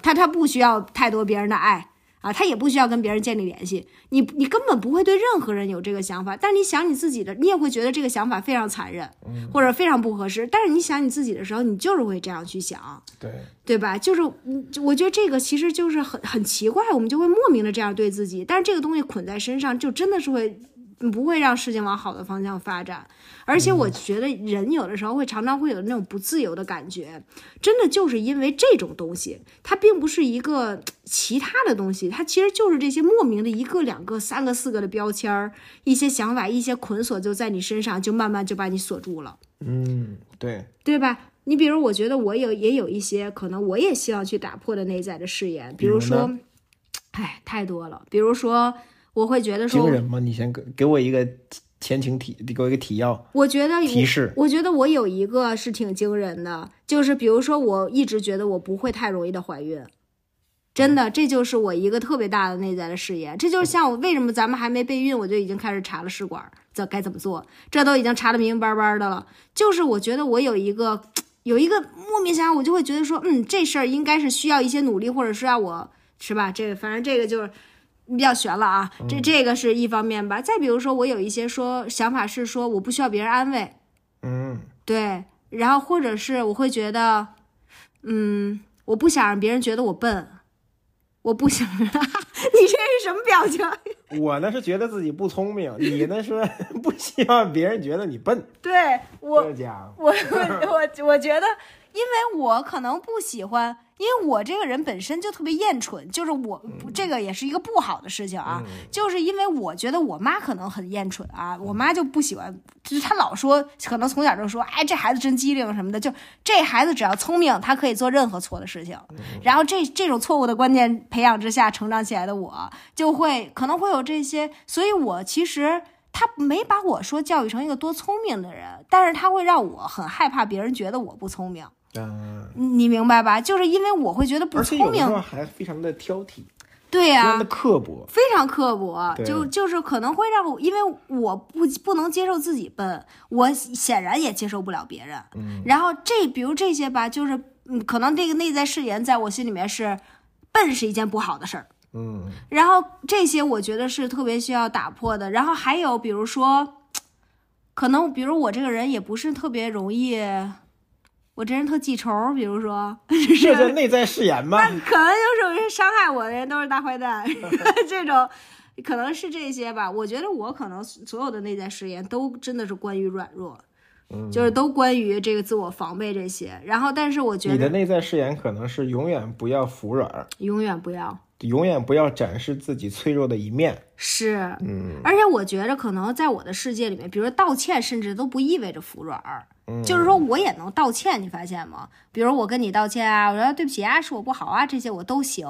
他他不需要太多别人的爱啊，他也不需要跟别人建立联系。你你根本不会对任何人有这个想法，但你想你自己的，你也会觉得这个想法非常残忍，或者非常不合适。但是你想你自己的时候，你就是会这样去想。
对，
对吧？就是嗯我觉得这个其实就是很很奇怪，我们就会莫名的这样对自己，但是这个东西捆在身上，就真的是会嗯不会让事情往好的方向发展。而且我觉得人有的时候会常常会有那种不自由的感觉，真的就是因为这种东西，它并不是一个其他的东西，它其实就是这些莫名的一个、两个、三个、四个的标签儿，一些想法、一些捆锁就在你身上，就慢慢就把你锁住了。
嗯，对，
对吧？你比如，我觉得我有也有一些可能，我也希望去打破的内在的誓言，比如
比如
说，哎，太多了。比如说，我会觉得
惊
说，
人吗？你先给给我一个前情提，给我一个提要
我觉得
提
我
示。
我觉得我有一个是挺惊人的，就是比如说，我一直觉得我不会太容易的怀孕，真的，这就是我一个特别大的内在的誓言。这就是像我为什么咱们还没备孕，我就已经开始查了试管，怎该怎么做，这都已经查得明明白白的了。就是我觉得我有一个有一个莫名其妙，我就会觉得说，嗯，这事儿应该是需要一些努力，或者是让我是吧？这个反正这个就是。比较悬了啊，这这个是一方面吧。再比如说，我有一些说想法是说我不需要别人安慰，
嗯，
对，然后或者是我会觉得，嗯，我不想让别人觉得我笨，我不想， 你这是什么表情？
我呢是觉得自己不聪明，你呢是 不希望别人觉得你笨。
对我，
这家伙，
我我我觉得，因为我可能不喜欢，因为我这个人本身就特别厌蠢，就是我这个也是一个不好的事情啊，就是因为我觉得我妈可能很厌蠢啊，我妈就不喜欢，就是她老说，可能从小就说，哎，这孩子真机灵什么的，就这孩子只要聪明，他可以做任何错的事情。然后这这种错误的观念培养之下成长起来的我，就会可能会有这些，所以我其实。他没把我说教育成一个多聪明的人，但是他会让我很害怕别人觉得我不聪明，
嗯，
你你明白吧？就是因为我会觉得不
而且有
聪
的时候
明，
还非常的挑剔。
对啊呀、
真的刻薄，
非常刻薄，
对
就就是可能会让我，因为我不不能接受自己笨，我显然也接受不了别人。
嗯，
然后这比如这些吧，就是嗯，可能这个内在誓言在我心里面是笨是一件不好的事儿，
嗯
然后这些我觉得是特别需要打破的。然后还有比如说，可能比如我这个人也不是特别容易，我这人特记仇儿，比如说，
这叫内在誓言吗？
可能啊就是有些伤害我的人都是大坏蛋， 这种可能是这些吧。我觉得我可能所有的内在誓言都真的是关于软弱，
嗯
就是都关于这个自我防备这些。然后，但是我觉
你的
得
内在誓言可能是永远不要服软，
永远不要
永远不要展示自己脆弱的一面。
是。
嗯
而且我觉得，可能在我的世界里面，比如道歉，甚至都不意味着服软儿，
嗯，
就是说我也能道歉，你发现吗？比如我跟你道歉啊，我说对不起啊，是我不好啊，这些我都行。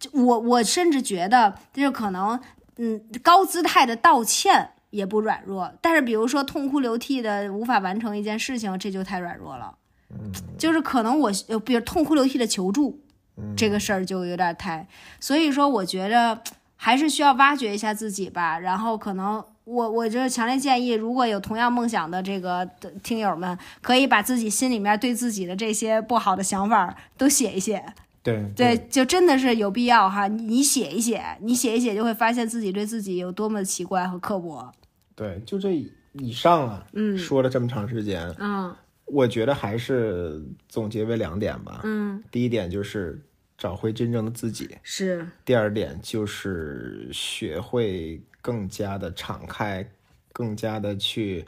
就我我甚至觉得，就是可能，嗯，高姿态的道歉也不软弱，但是比如说痛哭流涕的无法完成一件事情，这就太软弱了。
嗯
就是可能我呃，比如痛哭流涕的求助，
嗯
这个事儿就有点太，所以说我觉着还是需要挖掘一下自己吧。然后可能我我就是强烈建议，如果有同样梦想的这个的听友们，可以把自己心里面对自己的这些不好的想法儿都写一写。
对
对，，就真的是有必要哈，你你写一写，你写一写就会发现自己对自己有多么奇怪和刻薄。
对，就这以上啊，
嗯
说了这么长时间，
嗯
我觉得还是总结为两点吧。
嗯，
第一点就是找回真正的自己，
是
第二点就是学会更加的敞开，更加的去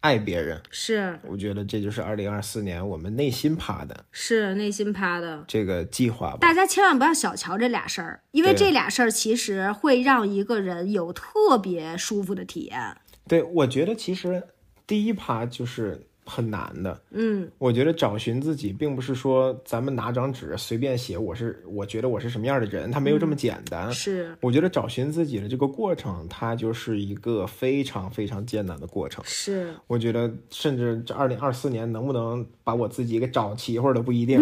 爱别人。
是
我觉得这就是二零二四年我们内心爬的
是，内心趴的。
这个计划吧。
大家千万不要小瞧这俩事儿，因为
对
这俩事儿其实会让一个人有特别舒服的体验。
对，我觉得其实第一趴就是很难的。
嗯，
我觉得找寻自己，并不是说咱们拿张纸随便写，我是我觉得我是什么样的人，它没有这么简
嗯
单。
是
我觉得找寻自己的这个过程，它就是一个非常非常艰难的过程。
是，
我觉得，甚至这二零二四年能不能把我自己给找齐或者都不一定，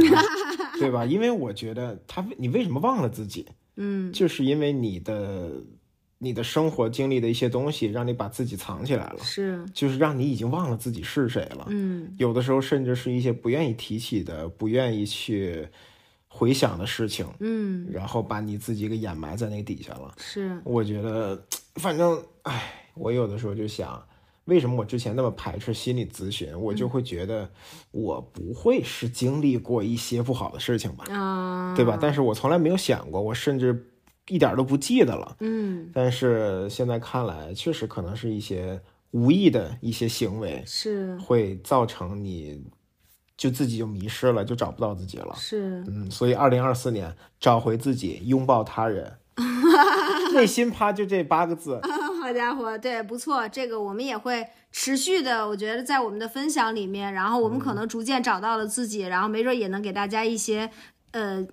对吧？因为我觉得他，你为什么忘了自己，
嗯，
就是因为你的你的生活经历的一些东西，让你把自己藏起来了，
是，
就是让你已经忘了自己是谁了。
嗯，
有的时候，甚至是一些不愿意提起的、不愿意去回想的事情，
嗯，
然后把你自己给掩埋在那底下了。
是，
我觉得，反正，哎，我有的时候就想，为什么我之前那么排斥心理咨询？我就会觉得，我不会是经历过一些不好的事情吧，
啊、
对吧？但是我从来没有想过，我甚至一点儿都不记得了。
嗯，
但是现在看来，确实可能是一些无意的一些行为，
是
会造成你就自己就迷失了，就找不到自己了。
是，
嗯，所以二零二四年找回自己，拥抱 他人，内心趴就这八个字。
好家伙，对，不错，这个我们也会持续的，我觉得在我们的分享里面，然后我们
嗯
可能逐渐找到了自己，然后没准也能给大家一些，呃，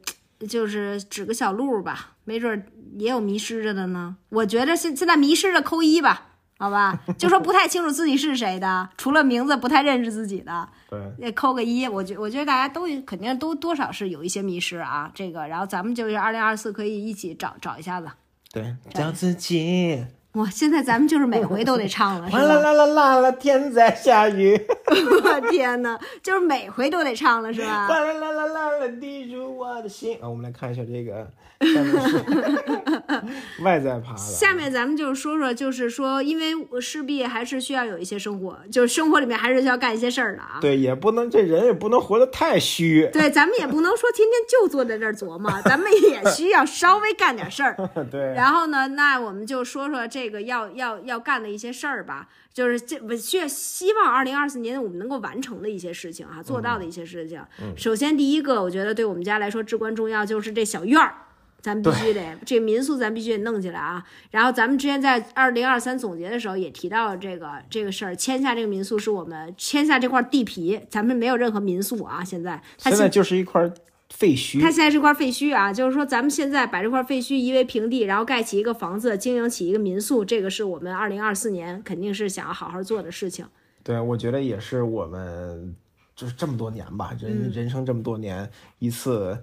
就是指个小路吧，没准也有迷失着的呢。我觉着现现在迷失着扣一吧，好吧，就说不太清楚自己是谁的，除了名字不太认识自己的，
对，
也扣个一。我觉我觉得大家都肯定都多少是有一些迷失啊，这个，然后咱们就是二零二四可以一起找找一下子。
对，找自己。
哇，现在咱们就是每回都得唱 了，是
哗
吧？
啦啦啦啦啦，天在下雨。
我天哪，就是每回都得唱了是吧？
哗啦啦啦啦啦，滴入我的心。啊，我们来看一下这个，下面是 外在趴了。
下面咱们就是说说，就是说，因为我势必还是需要有一些生活，就是生活里面还是需要干一些事儿的啊。
对，也不能这人也不能活得太虚。
对，咱们也不能说天天就坐在这儿琢磨，咱们也需要稍微干点事儿。
对，
然后呢，那我们就说说这个要要要干的一些事儿吧，就是这我希希望二零二四年我们能够完成的一些事情啊，做
嗯
到的一些事情。首先第一个，我觉得对我们家来说至关重要，就是这小院儿。咱们必须 得这民宿，咱必须得弄起来啊！然后咱们之前在二零二三总结的时候也提到这个这个事儿，签下这个民宿是我们签下这块地皮，咱们没有任何民宿啊，现在它
现在就是一块废墟
它。现在是块废墟啊，就是说咱们现在把这块废墟夷为平地，然后盖起一个房子，经营起一个民宿，这个是我们二零二四年肯定是想要好好做的事情。
对，我觉得也是我们就是这么多年吧，人、人生这么多年一次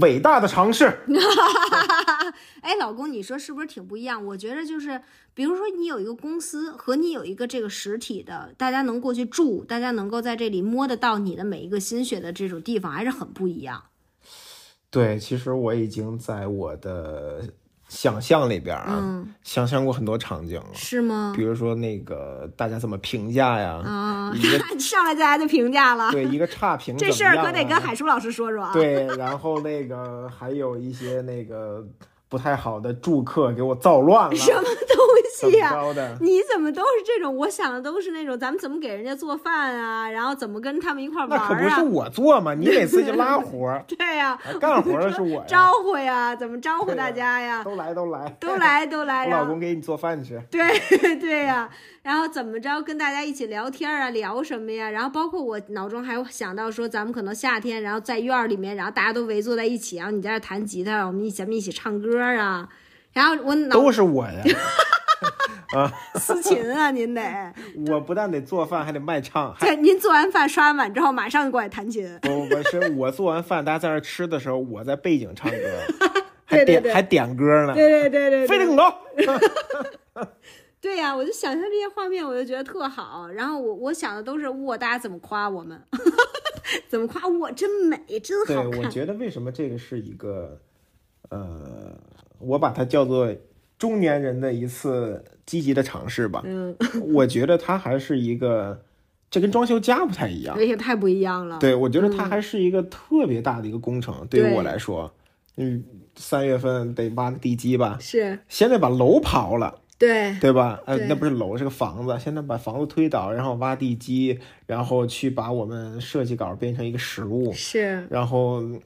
伟大的尝试。
哎，老公，你说是不是挺不一样？我觉得就是，比如说你有一个公司和你有一个这个实体的，大家能过去住，大家能够在这里摸得到你的每一个心血的这种地方，还是很不一样。
对，其实我已经在我的想象里边啊，
嗯，
想象过很多场景了，
是吗
比？如说那个大家怎么评价呀，
啊，
一个
上来大家就评价了，
对一个差评怎
这
么
事
样
儿
啊、
可得跟 海叔老师说说啊。
对，然后那个还有一些那个不太好的住客给我造乱 了，
什么东
怎
西啊
么
呀、
着 的？
你怎么都是这种？我想的都是那种，咱们怎么给人家做饭啊，然后怎么跟他们一块儿
那
玩
可不
儿
是
啊？，
我做嘛，你每次就拉活儿
对呀、
啊干活儿的是我呀，
招啊呼呀，怎么招呼大家呀？
都来都来，
都来都来，
我
然
老
后
公给你做饭吃，
对对呀、然后怎么着跟大家一起聊天啊，聊什么呀？然后包括我脑中还有想到说，咱们可能夏天，然后在院儿里面，然后大家都围坐在一起，然后你在这弹吉他，我们一咱们一起唱歌啊。然后我脑
都是我呀。
思琴啊， 您得，
我不但得做饭，还得卖唱，还
对，您做完饭刷完碗之后，马上就过来弹 琴。
不不是我做完饭，大家在那儿吃的时候，我在背景 唱歌，
对
还
对
点
对
还点歌呢，
对对对对，对
非得怎么着？
对呀、我就想象这些画面，我就觉得特好。然后我我想的都是哇，大家怎么夸我们， 怎么夸我真美，真
对，
好
我
看。
觉得为什么这个是一个，呃，我把它叫做中年人的一次积极的尝试吧。
嗯，
我觉得它还是一个，这跟装修家不太一样。
而且太不一样了。
对，我觉得
嗯
它还是一个特别大的一个工程，对于我来说，嗯，三月份得挖地基吧，
是，
先得把楼刨了。
对，
对吧？呃，
对
那不是楼，是个房子。现在把房子推倒，然后挖地基，然后去把我们设计稿变成一个实物，
是
然后嗯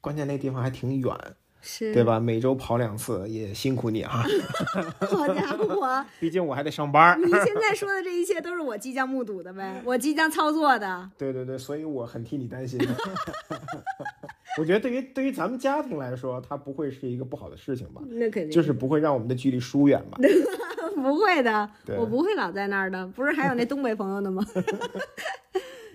关键那地方还挺远，
是，
对吧？每周跑两次也辛苦你啊哈，
好家伙，
毕竟我还得上班。
你现在说的这一切都是我即将目睹的呗，我即将操作 的。
对对对，所以我很替你 担心。我觉得对于对于咱们家庭来说，它不会是一个不好的事情吧？
那肯定
就是不会让我们的距离疏远吧？
不会的，
对
我不会老在那儿的。不是还有那东北朋友呢 吗？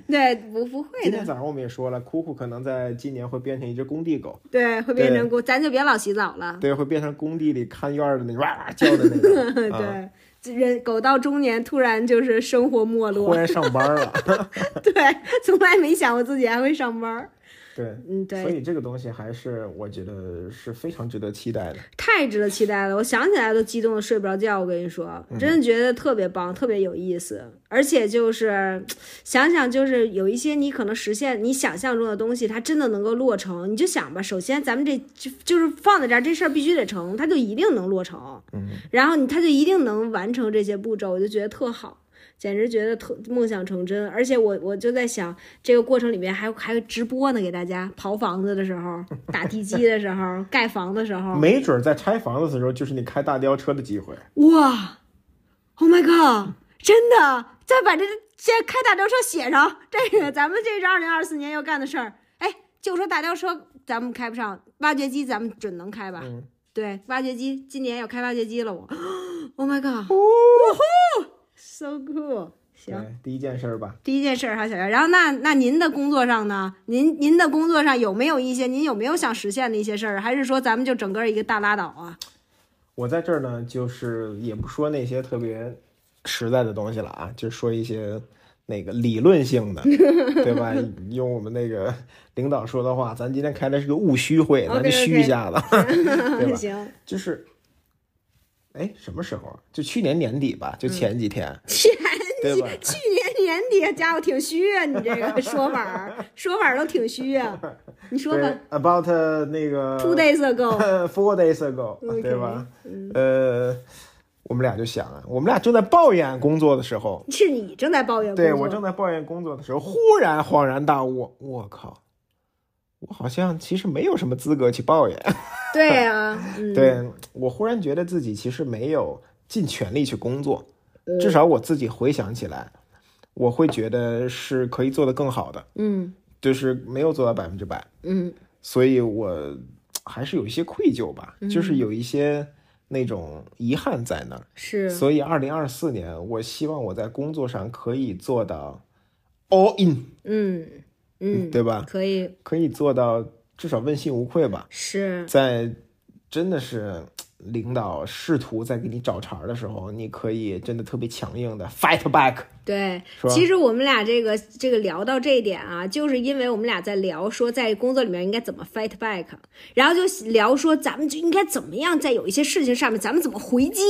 对，不不会
今天
的，
早上我们也说了，酷酷可能在今年会变成一只工地狗，
对，会变
对
成锅，咱就别老洗澡了。
对，会变成工地里看院儿的那种哇哇叫的那 个。啊
对，这人狗到中年突然就是生活没
忽
落，
然上班 了，
对，从来没想过自己还会上班儿。
对，
嗯，
所
对，
以这个东西还是我觉得是非常值得期待的。
太值得期待了，我想起来都激动的睡不着觉。我跟你说，真的觉得特别棒，特别有意思，而且就是想想，就是有一些你可能实现你想象中的东西，它真的能够落成。你就想吧，首先咱们这就就是放在这儿，这事儿必须得成，它就一定能落成。
嗯，
然后你他就一定能完成这些步骤，我就觉得特好，简直觉得特梦想成真。而且我我就在想，这个过程里面还还直播呢，给大家刨房子的时候、打地基的时候、 盖房的时候，
没准儿在拆房子的时候，就是你开大吊车的机会。
哇，Oh my god！真的，再把这先开大吊车写上，这个咱们这是二零二四年要干的事儿。哎，就说大吊车咱们开不上，挖掘机咱们准能开吧？
嗯
对，挖掘机今年要开 挖掘机了我，Oh my
哦
god！So cool！行，
对，第一件事儿吧，
第一件事儿哈，小袁。然后那那您的工作上呢？您您的工作上有没有一些您有没有想实现的一些事儿？还是说咱们就整个一个大拉倒啊？
我在这儿呢，就是也不说那些特别实在的东西了啊，就说一些那个理论性的，对吧？用我们那个领导说的话，咱今天开的是个务虚会，咱就
OK，OK
虚一下子，对吧？
行，
就是，哎，什么时候啊？就去年年底吧，就前几天，
前
对
几
吧
去年年底，家伙挺虚啊！你这个说法 儿说法儿都挺虚啊。你说吧
对，about 呃那个
，two days ago，
four days ago，
OK
对吧？
嗯
呃，我们俩就想啊，我们俩正在抱怨工作的时候，
是你正在抱怨工作，
对我正在抱怨工作的时候，忽然恍然大悟，我靠，我好像其实没有什么资格去抱怨。
对啊， 嗯，
对我忽然觉得自己其实没有尽全力去工作，
嗯
至少我自己回想起来，我会觉得是可以做得更好的，
嗯
就是没有做到百分之百。
嗯
所以我还是有一些愧疚吧，
嗯
就是有一些那种遗憾在那儿。
是
所以，二零二四年，我希望我在工作上可以做到 all in，
嗯嗯，
对吧？啊
可以
可以做到至少问心无愧吧。
是
在真的是领导试图在给你找茬儿的时候，你可以真的特别强硬的 fight back。
对
是吧
其实我们俩这个这个聊到这一点啊，就是因为我们俩在聊说在工作里面应该怎么 fight back，然后就聊说咱们就应该怎么样在有一些事情上面咱们怎么回击，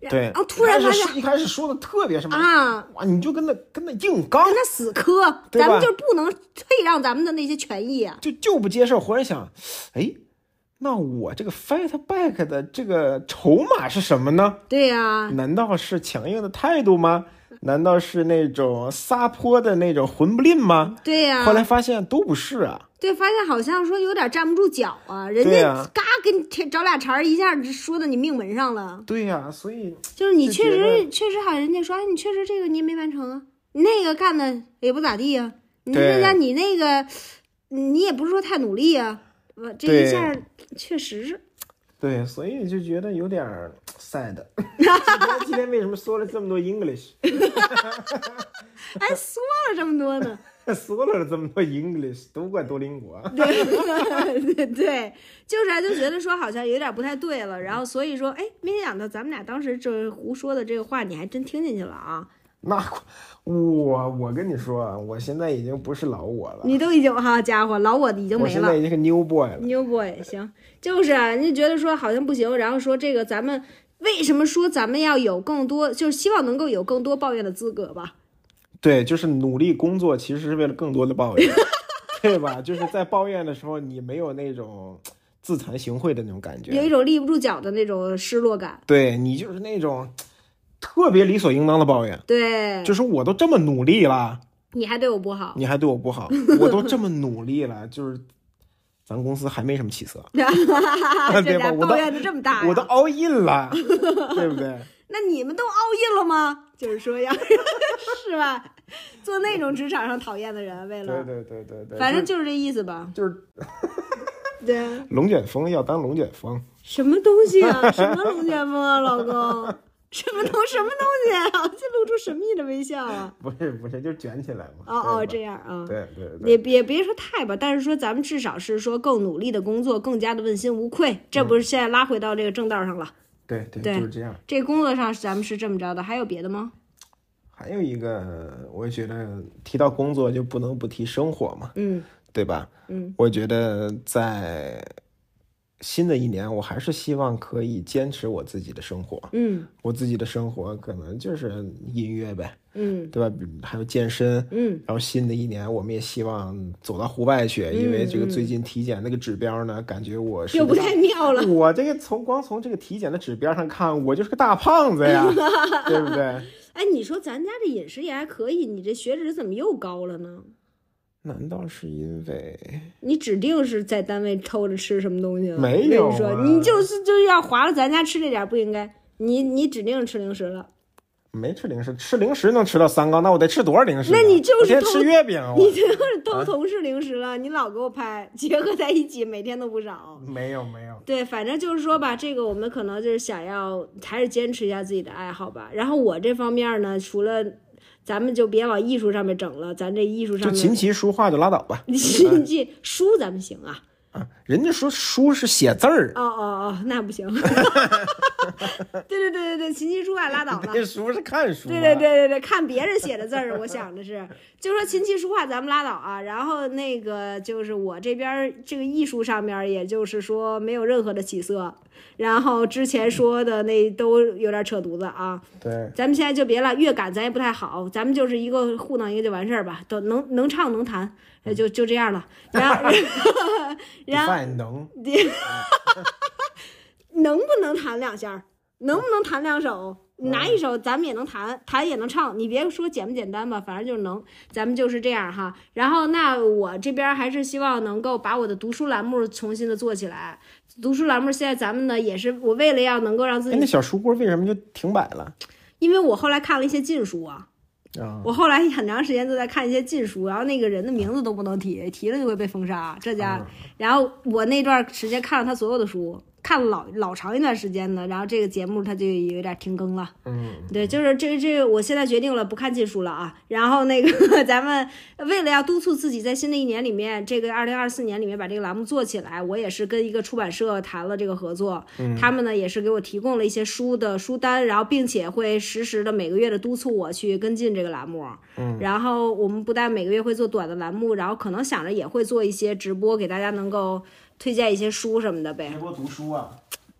然
对，
然后突然
一
发
开
现
始说一开始说的特别什么
啊，
哇，你就跟那跟那硬刚
跟，他啊死磕，
对
咱
吧
们就不能退让咱们的那些权益啊。
就就不接受。忽然想，哎，那我这个 fight back 的这个筹码是什么呢？
对呀、
难道是强硬的态度吗？难道是那种撒泼的那种混不吝吗？
对呀、
后来发现都不是啊，
对，发现好像说有点站不住脚啊，人
对
家
呀
嘎给你贴找俩茬儿，一下说到你命门上了。
对呀、所以
就是你
就
确
觉
实确实好，人家说哎，你确实这个你也没完成啊，你那个干的也不咋地呀、你
对
再加你那个，你也不是说太努力呀、我这一
对
下儿确实是，
对，所以就觉得有点儿 sad。就 觉得今天为什么说了这么多 English，
哎，说了这么多呢，
说了这么多 English，都怪多邻国。
对对对，就是啊，就觉得说好像有点不太对了，然后所以说，哎，没想到咱们俩当时这胡说的这个话，你还真听进去了啊，
那我我跟你说，啊，我现在已经不是老我了，
你都已经好家伙，老我已经
我
没
现
了
在。已经是 new boy 了。
牛 boy 行，就是啊，人家觉得说好像不行，然后说这个咱们为什么说咱们要有更多，就是希望能够有更多抱怨的资格吧？
对，就是努力工作，其实是为了更多的抱 怨，对吧？就是在抱怨的时候，你没有那种自惭形秽的那种感
有
觉，
一种立不住脚的那种失落感。
对你就是那种特别理所应当的抱怨，
对，
就是我都这么努力了，
你还对我不好，
你还对我 不好，我都这么努力了，就是咱公司还没什么起色，
这
对吧
俩
我都
抱怨的这么大呀
我都 all in 了，对不对？
那你们都 all in 了吗？ 就是说要是吧？做那种职场上讨厌的人，为
对
了
对对对对，
反正
就
就是这意思吧。
就是
对，
龙卷风要当龙卷风，
什么东西啊？ 什么龙卷风啊，老公？什么东什么东西啊？ 这露出神秘的微笑啊！
不是不是，就卷起来嘛。
哦哦，这
对吧
样啊，
对对对，
也也别说太吧，但是说咱们至少是说更努力的工作，更加的问心无愧。这不是现在拉回到这个正道上了？
对对，
对
就是这样。
这工作上是咱们是这么着的，还有别的吗？
还有一个，我觉得提到工作就不能不提生活嘛，
嗯
对吧？
嗯，
我觉得在新的一年，我还是希望可以坚持我自己的生活。
嗯
我自己的生活可能就是音乐呗，
嗯
对吧？比还有健身。
嗯，
然后新的一年，我们也希望走到户外去，因为这个最近体检那个指标呢，感觉我是
又
个
不
大
太妙了。
我这个从光从这个体检的指标上看，我就是个大胖子 呀，对不对？
哎，你说咱家这饮食也还可以，你这血脂怎么又高了呢？
难道是因为？
你指定是在单位偷着吃什么东西了？
没
我跟
有
你说
啊
你就是就是要划了咱家吃这点儿不应该，你你指定是吃零食了。
没吃零食，吃零食能吃到三高，那我得吃多少零食呢？
那你就是
我天天
偷
吃月饼啊，
你
我
就是偷同事零食了，你老给我拍，结合在一起，每天都不少。
没有没有，
对，反正就是说吧，这个我们可能就是想要还是坚持一下自己的爱好吧。然后我这方面呢，除了咱们就别往艺术上面整了，咱这艺术
就嗯
上
琴
面，
棋书画就拉倒吧。
你这书咱们行啊。
啊，人家说书是写字儿，
哦哦哦，那不行。 对对对对对，琴棋书画拉倒 了。
那书是看书、啊。
对对。对对对，看别人写的字儿，我想的是，就说琴棋书画咱们拉倒啊。然后那个就是我这边儿这个艺术上面儿，也就是说没有任何的起色。然后之前说的那都有点扯犊子啊，
对
咱们现在就别了，乐感咱也不太好，咱们就是一个糊弄一个就完事儿吧，都能能唱能弹，呃就就这样了。然后 然后
饭能
能不能弹两下儿？能不能弹两首？哪一首咱们也能弹，弹也能唱。你别说简不简单吧，反正就是能。咱们就是这样哈。然后那我这边还是希望能够把我的读书栏目重新的做起来。读书栏目现在咱们呢也是我为了要能够让自
哎，那
己，
小书锅为什么就停摆了？
因为我后来看了一些禁书啊，
啊，
我后来很长时间都在看一些禁书，然后那个人的名字都不能提，提了就会被封杀。这家，然后我那段时间看了他所有的书，看了老老长一段时间呢，然后这个节目它就有点停更了。
嗯，
对，就是这这，我现在决定了不看禁书了啊。然后那个 咱们为了要督促自己在新的一年里面，这个二零二四年里面把这个栏目做起来，我也是跟一个出版社谈了这个合作，他们呢也是给我提供了一些书的书单，然后并且会实时的每个月的督促我去跟进这个栏目。嗯，然后我们不但每个月会做短的栏目，然后可能想着也会做一些直播，给大家能够推荐一些书什么的呗。
播读书啊，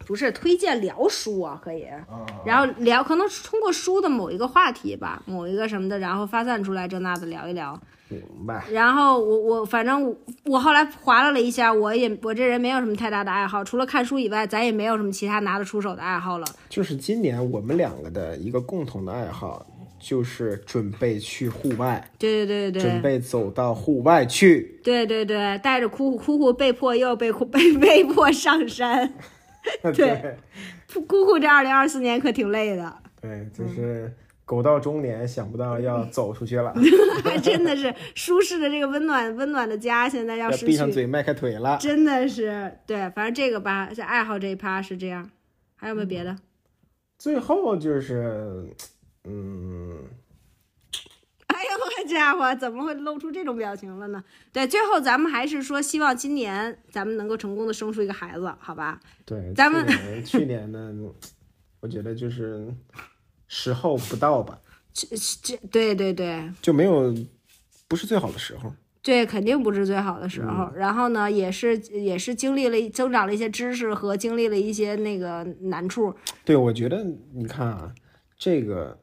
不是推荐聊书啊，可以。
啊，
然后聊，可能通过书的某一个话题吧，某一个什么的，然后发散出来这那的聊一聊。
明白，
然后我我反正我我后来划拉了一下，我也我这人没有什么太大的爱好，除了看书以外，咱也没有什么其他拿得出手的爱好了。
就是今年我们两个的一个共同的爱好，就是准备去户外，
对对对对
准备走到户外去。
对对对，带着哭哭哭被迫又被 哭被被迫上 山，对，哭哭这二零二四年可挺累的。
对，
嗯
就是狗到中年，想不到要走出 去了，
真的是舒适的这个温暖温暖的家，现在要
要
失去。
闭上嘴，迈开腿了。
真的是对，反正这个吧，这爱好这一趴是这样，还有没有别
嗯
的？
最后就是，嗯，
哎呦，家伙，怎么会露出这种表情了呢？对，最后咱们还是说，希望今年咱们能够成功的生出一个孩子，好吧？
对，
咱们
去年去年呢，我觉得就是时候不到吧，
这这，对对对
就没有不是最好的时候。
这肯定不是最好的时候。
嗯
然后呢，也是也是经历了一增长了一些知识和经历了一些那个难处。
对，我觉得你看啊，这个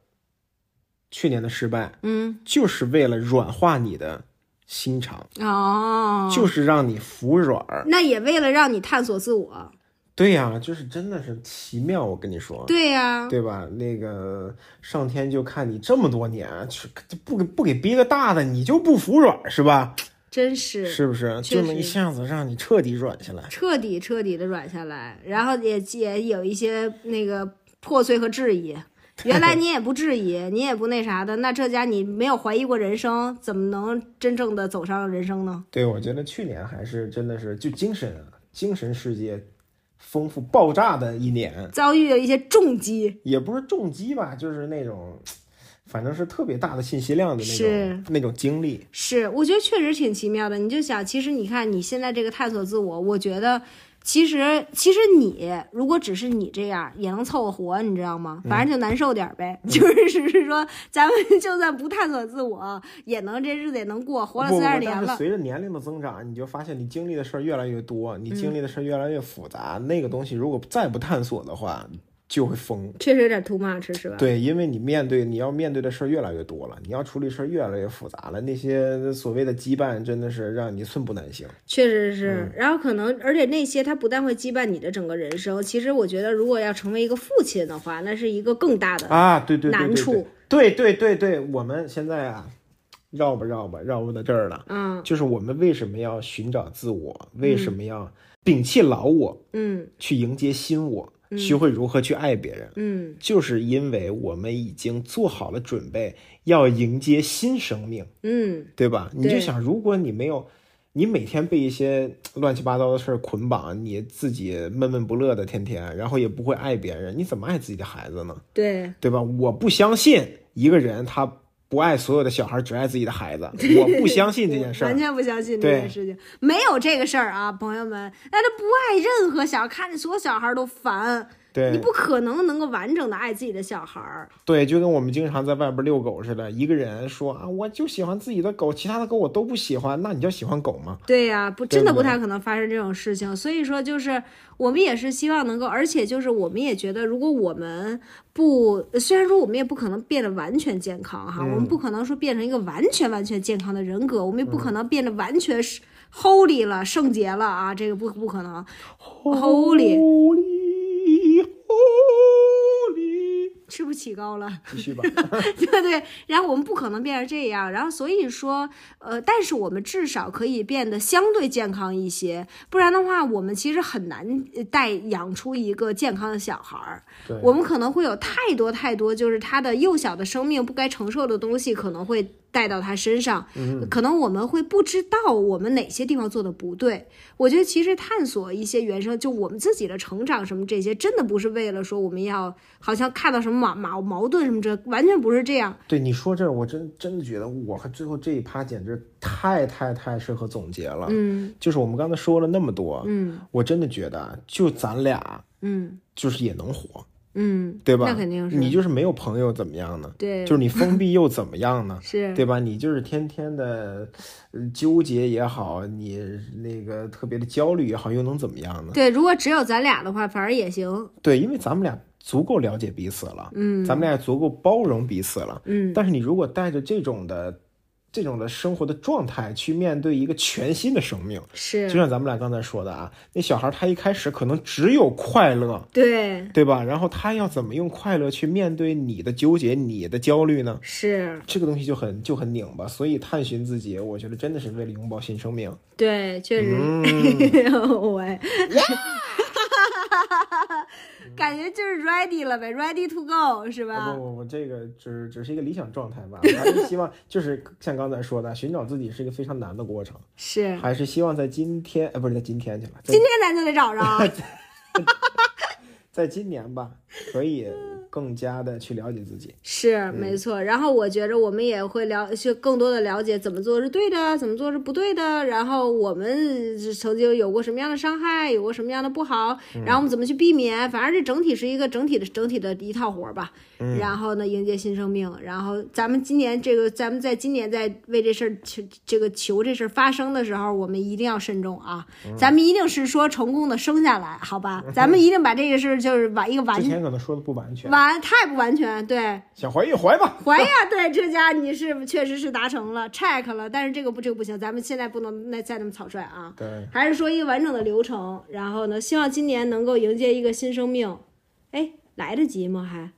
去年的失败，
嗯，
就是为了软化你的心肠，
哦，
就是让你服软儿。
那也为了让你探索自我。
哦对呀、就是真的是奇妙，我跟你说。
对呀、
对吧？那个上天就看你这么多年，去不给不给逼个大的，你就不服软是吧？
真是
是不是？
确
就能一
实
下子让你彻底软下来。
彻底彻底的软下来，然后也也有一些那个破碎和质疑。原来你也不质疑，你也不那啥的，那这家你没有怀疑过人生，怎么能真正的走上人生呢？
对，我觉得去年还是真的是就精神啊，精神世界丰富爆炸的一年，
遭遇了一些重击，
也不是重击吧，就是那种，反正是特别大的信息量的那
是
种那种经历。
是我觉得确实挺奇妙的。你就想，其实你看你现在这个探索自我，我觉得。其实，其实你如果只是你这样，也能凑合活，你知道吗？反
嗯
正就难受点儿呗， 就是只是说，咱们就算不探索自我，也能这日子也能过，活了
不
四
不
十二
不
年
但
了
是。随着年龄的增长，你就发现你经历的事儿越来越多，你
嗯
经历的事儿越来越复杂。那个东西如果再不探索的话，就会疯。
确实有点 too much，是吧？
对，因为你面对你要面对的事儿越来越多了，你要处理事儿越来越复杂了，那些所谓的羁绊真的是让你寸步难行。
确实是。
嗯
然后可能，而且那些它不但会羁绊你的整个人生，其实我觉得，如果要成为一个父亲的话，那是一个更大的。
啊，对对对
难
对对
处
对对对对，我们现在啊，绕吧绕吧绕不到这儿了，
嗯
就是我们为什么要寻找自我，为什么要摒弃老我，
嗯
去迎接新我，学会如何去爱别人，
嗯，
就是因为我们已经做好了准备，要迎接新生命，
嗯，
对吧？你就
对
想，如果你没有。你每天被一些乱七八糟的事儿捆绑，你自己闷闷不乐的，天天，然后也不会爱别人，你怎么爱自己的孩子呢？
对，
对吧？我不相信一个人他不爱所有的小孩，只爱自己的孩子。我 不相信这件事
完
儿。
全不相信这件
对
事情，没有这个事儿啊，朋友们，那他不爱任何小孩，看着所有小孩都烦。你
对
不可能能够完整的爱自己的小孩儿，
对，就跟我们经常在外边遛狗似的，一个人说啊，我就喜欢自己的狗，其他的狗我都不喜欢，那你叫喜欢狗吗？
对呀、不，
对
真的不
对
太可能发生这种事情。所以说，就是我们也是希望能够，而且就是我们也觉得，如果我们不，虽然说我们也不可能变得完全健康哈，我们不可能说变成一个完全完全健康的人格，我们也不可能变得完全是 holy 了、圣洁了啊，这个不不可能。Holy
Holy Holy，
吃不起高了，
继续吧。
对对，然后我们不可能变成这样，然后所以说，呃，但是我们至少可以变得相对健康一些，不然的话，我们其实很难呃带养出一个健康的小孩儿。
对，
我们可能会有太多太多，就是他的幼小的生命不该承受的东西，可能会带到他身上，
嗯
可能我们会不知道我们哪些地方做的不对。我觉得其实探索一些原生，就我们自己的成长什么这些，真的不是为了说我们要好像看到什么矛矛矛盾什么这，完全不是这样。
对你说这儿，我真真的觉得我最后这一趴简直太太太适合总结了。
嗯
就是我们刚才说了那么多，
嗯
我真的觉得就咱俩
嗯
就是也能活，
嗯，
对吧？
那肯定是
你就是没有朋友怎么样呢？
对，
就是你封闭又怎么样 呢？
是
对吧？你就是天天的呃纠结也好，你那个特别的焦虑也好，又能怎么样呢？
对。如果只有咱俩的话，反而也行。
对，因为咱们俩足够了解彼此了，
嗯
咱们俩也足够包容彼此了。
嗯，
但是你如果带着这种的、这种的生活的状态去面对一个全新的生命，
是
就像咱们俩刚才说的啊，那小孩他一开始可能只有快乐，
对，
对吧？然后他要怎么用快乐去面对你的纠结、你的焦虑呢？
是
这个东西就很就很拧巴，所以探寻自己，我觉得真的是为了拥抱新生命。
对，
嗯
确实， 我感觉就是 ready 了呗，ready to go 是
啊
吧
不？不不，这个只只是一个理想状态 吧。我还是希望，就是像刚才说的，寻找自己是一个非常难的过程，
是，
还是希望在今天，呃，不是在今天去了，在
今天咱就得找着。
在今年吧，可以更加的去了解自己。
是没错，然后我觉着我们也会了，去更多的了解怎么做是对的，怎么做是不对的，然后我们是曾经有过什么样的伤害，有过什么样的不好，
嗯
然后我们怎么去避免，反正这整体是一个整体的整体的一套活儿吧。
嗯
然后呢，迎接新生命，然后咱们今年这个，咱们在今年在为这事儿求这个求这事儿发生的时候，我们一定要慎重啊，
嗯
咱们一定是说成功的生下来，好 吧？咱们一定把这个事儿就是完一个完
之。前可能说的不完全，
完太不完全，对，
想怀孕怀 吧。
怀呀，对，这家你是确实是达成了 check 了，但是这个不这个不行，咱们现在不能那再那么草率啊，
对，
还是说一个完整的流程，然后呢，希望今年能够迎接一个新生命，哎，来得及吗？还，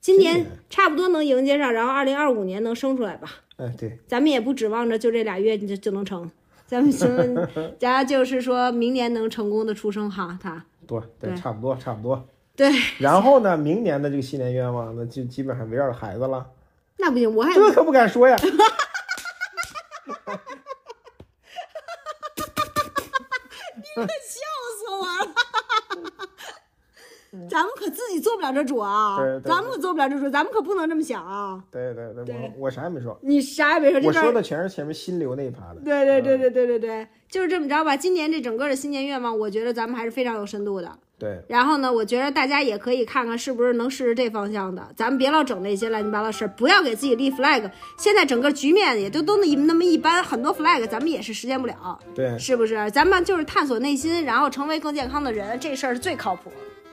今
今
年
年
差不多能迎接上，然后二零二五年能生出来吧，
哎对，
咱们也不指望着就这俩月就就能成，咱们咱们咱家就是说明年能成功的出生哈，他
多对，
对
差不多差不多。
对，
然后呢，明年的这个新年愿望呢，就基本上围绕着孩子 了，
那不行，我还
这可不 敢说呀。
笑死我了！咱们可自己做不了这主啊，
嗯对对对
咱们可做不了这主，咱们可不能这么想啊！
对对对，我
对
我啥也没说，
你啥也别说，这
我
段
说
儿
的全是前面心流那一趴的。
对对对对对对对，就是这么着吧。今年这整个的新年愿望，我觉得咱们还是非常有深度的。
对，
然后呢，我觉得大家也可以看看是不是能试试这方向的，咱们别老整那些乱七八糟事儿，不要给自己立 flag。现在整个局面也都都那么那么一般，很多 flag 咱们也是实现不了，
对
是不是？咱们就是探索内心，然后成为更健康的人，这事儿是最靠谱。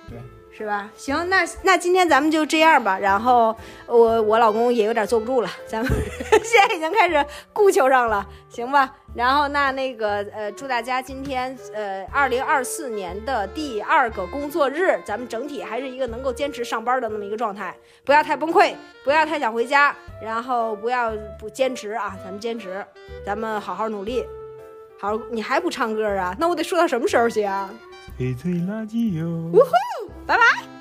对，
是吧？行，那那今天咱们就这样吧。然后我我老公也有点坐不住了，咱们 现在已经开始顾求上了，行吧？然后那那个呃，祝大家今天呃二零二四年的第二个工作日，咱们整体还是一个能够坚持上班的那么一个状态，不要太崩溃，不要太想回家，然后不要不坚持啊，咱们坚持，咱们好好努力。好，你还不唱歌啊？那我得说到什么时候去啊？
翡翠垃圾哟。
拜拜。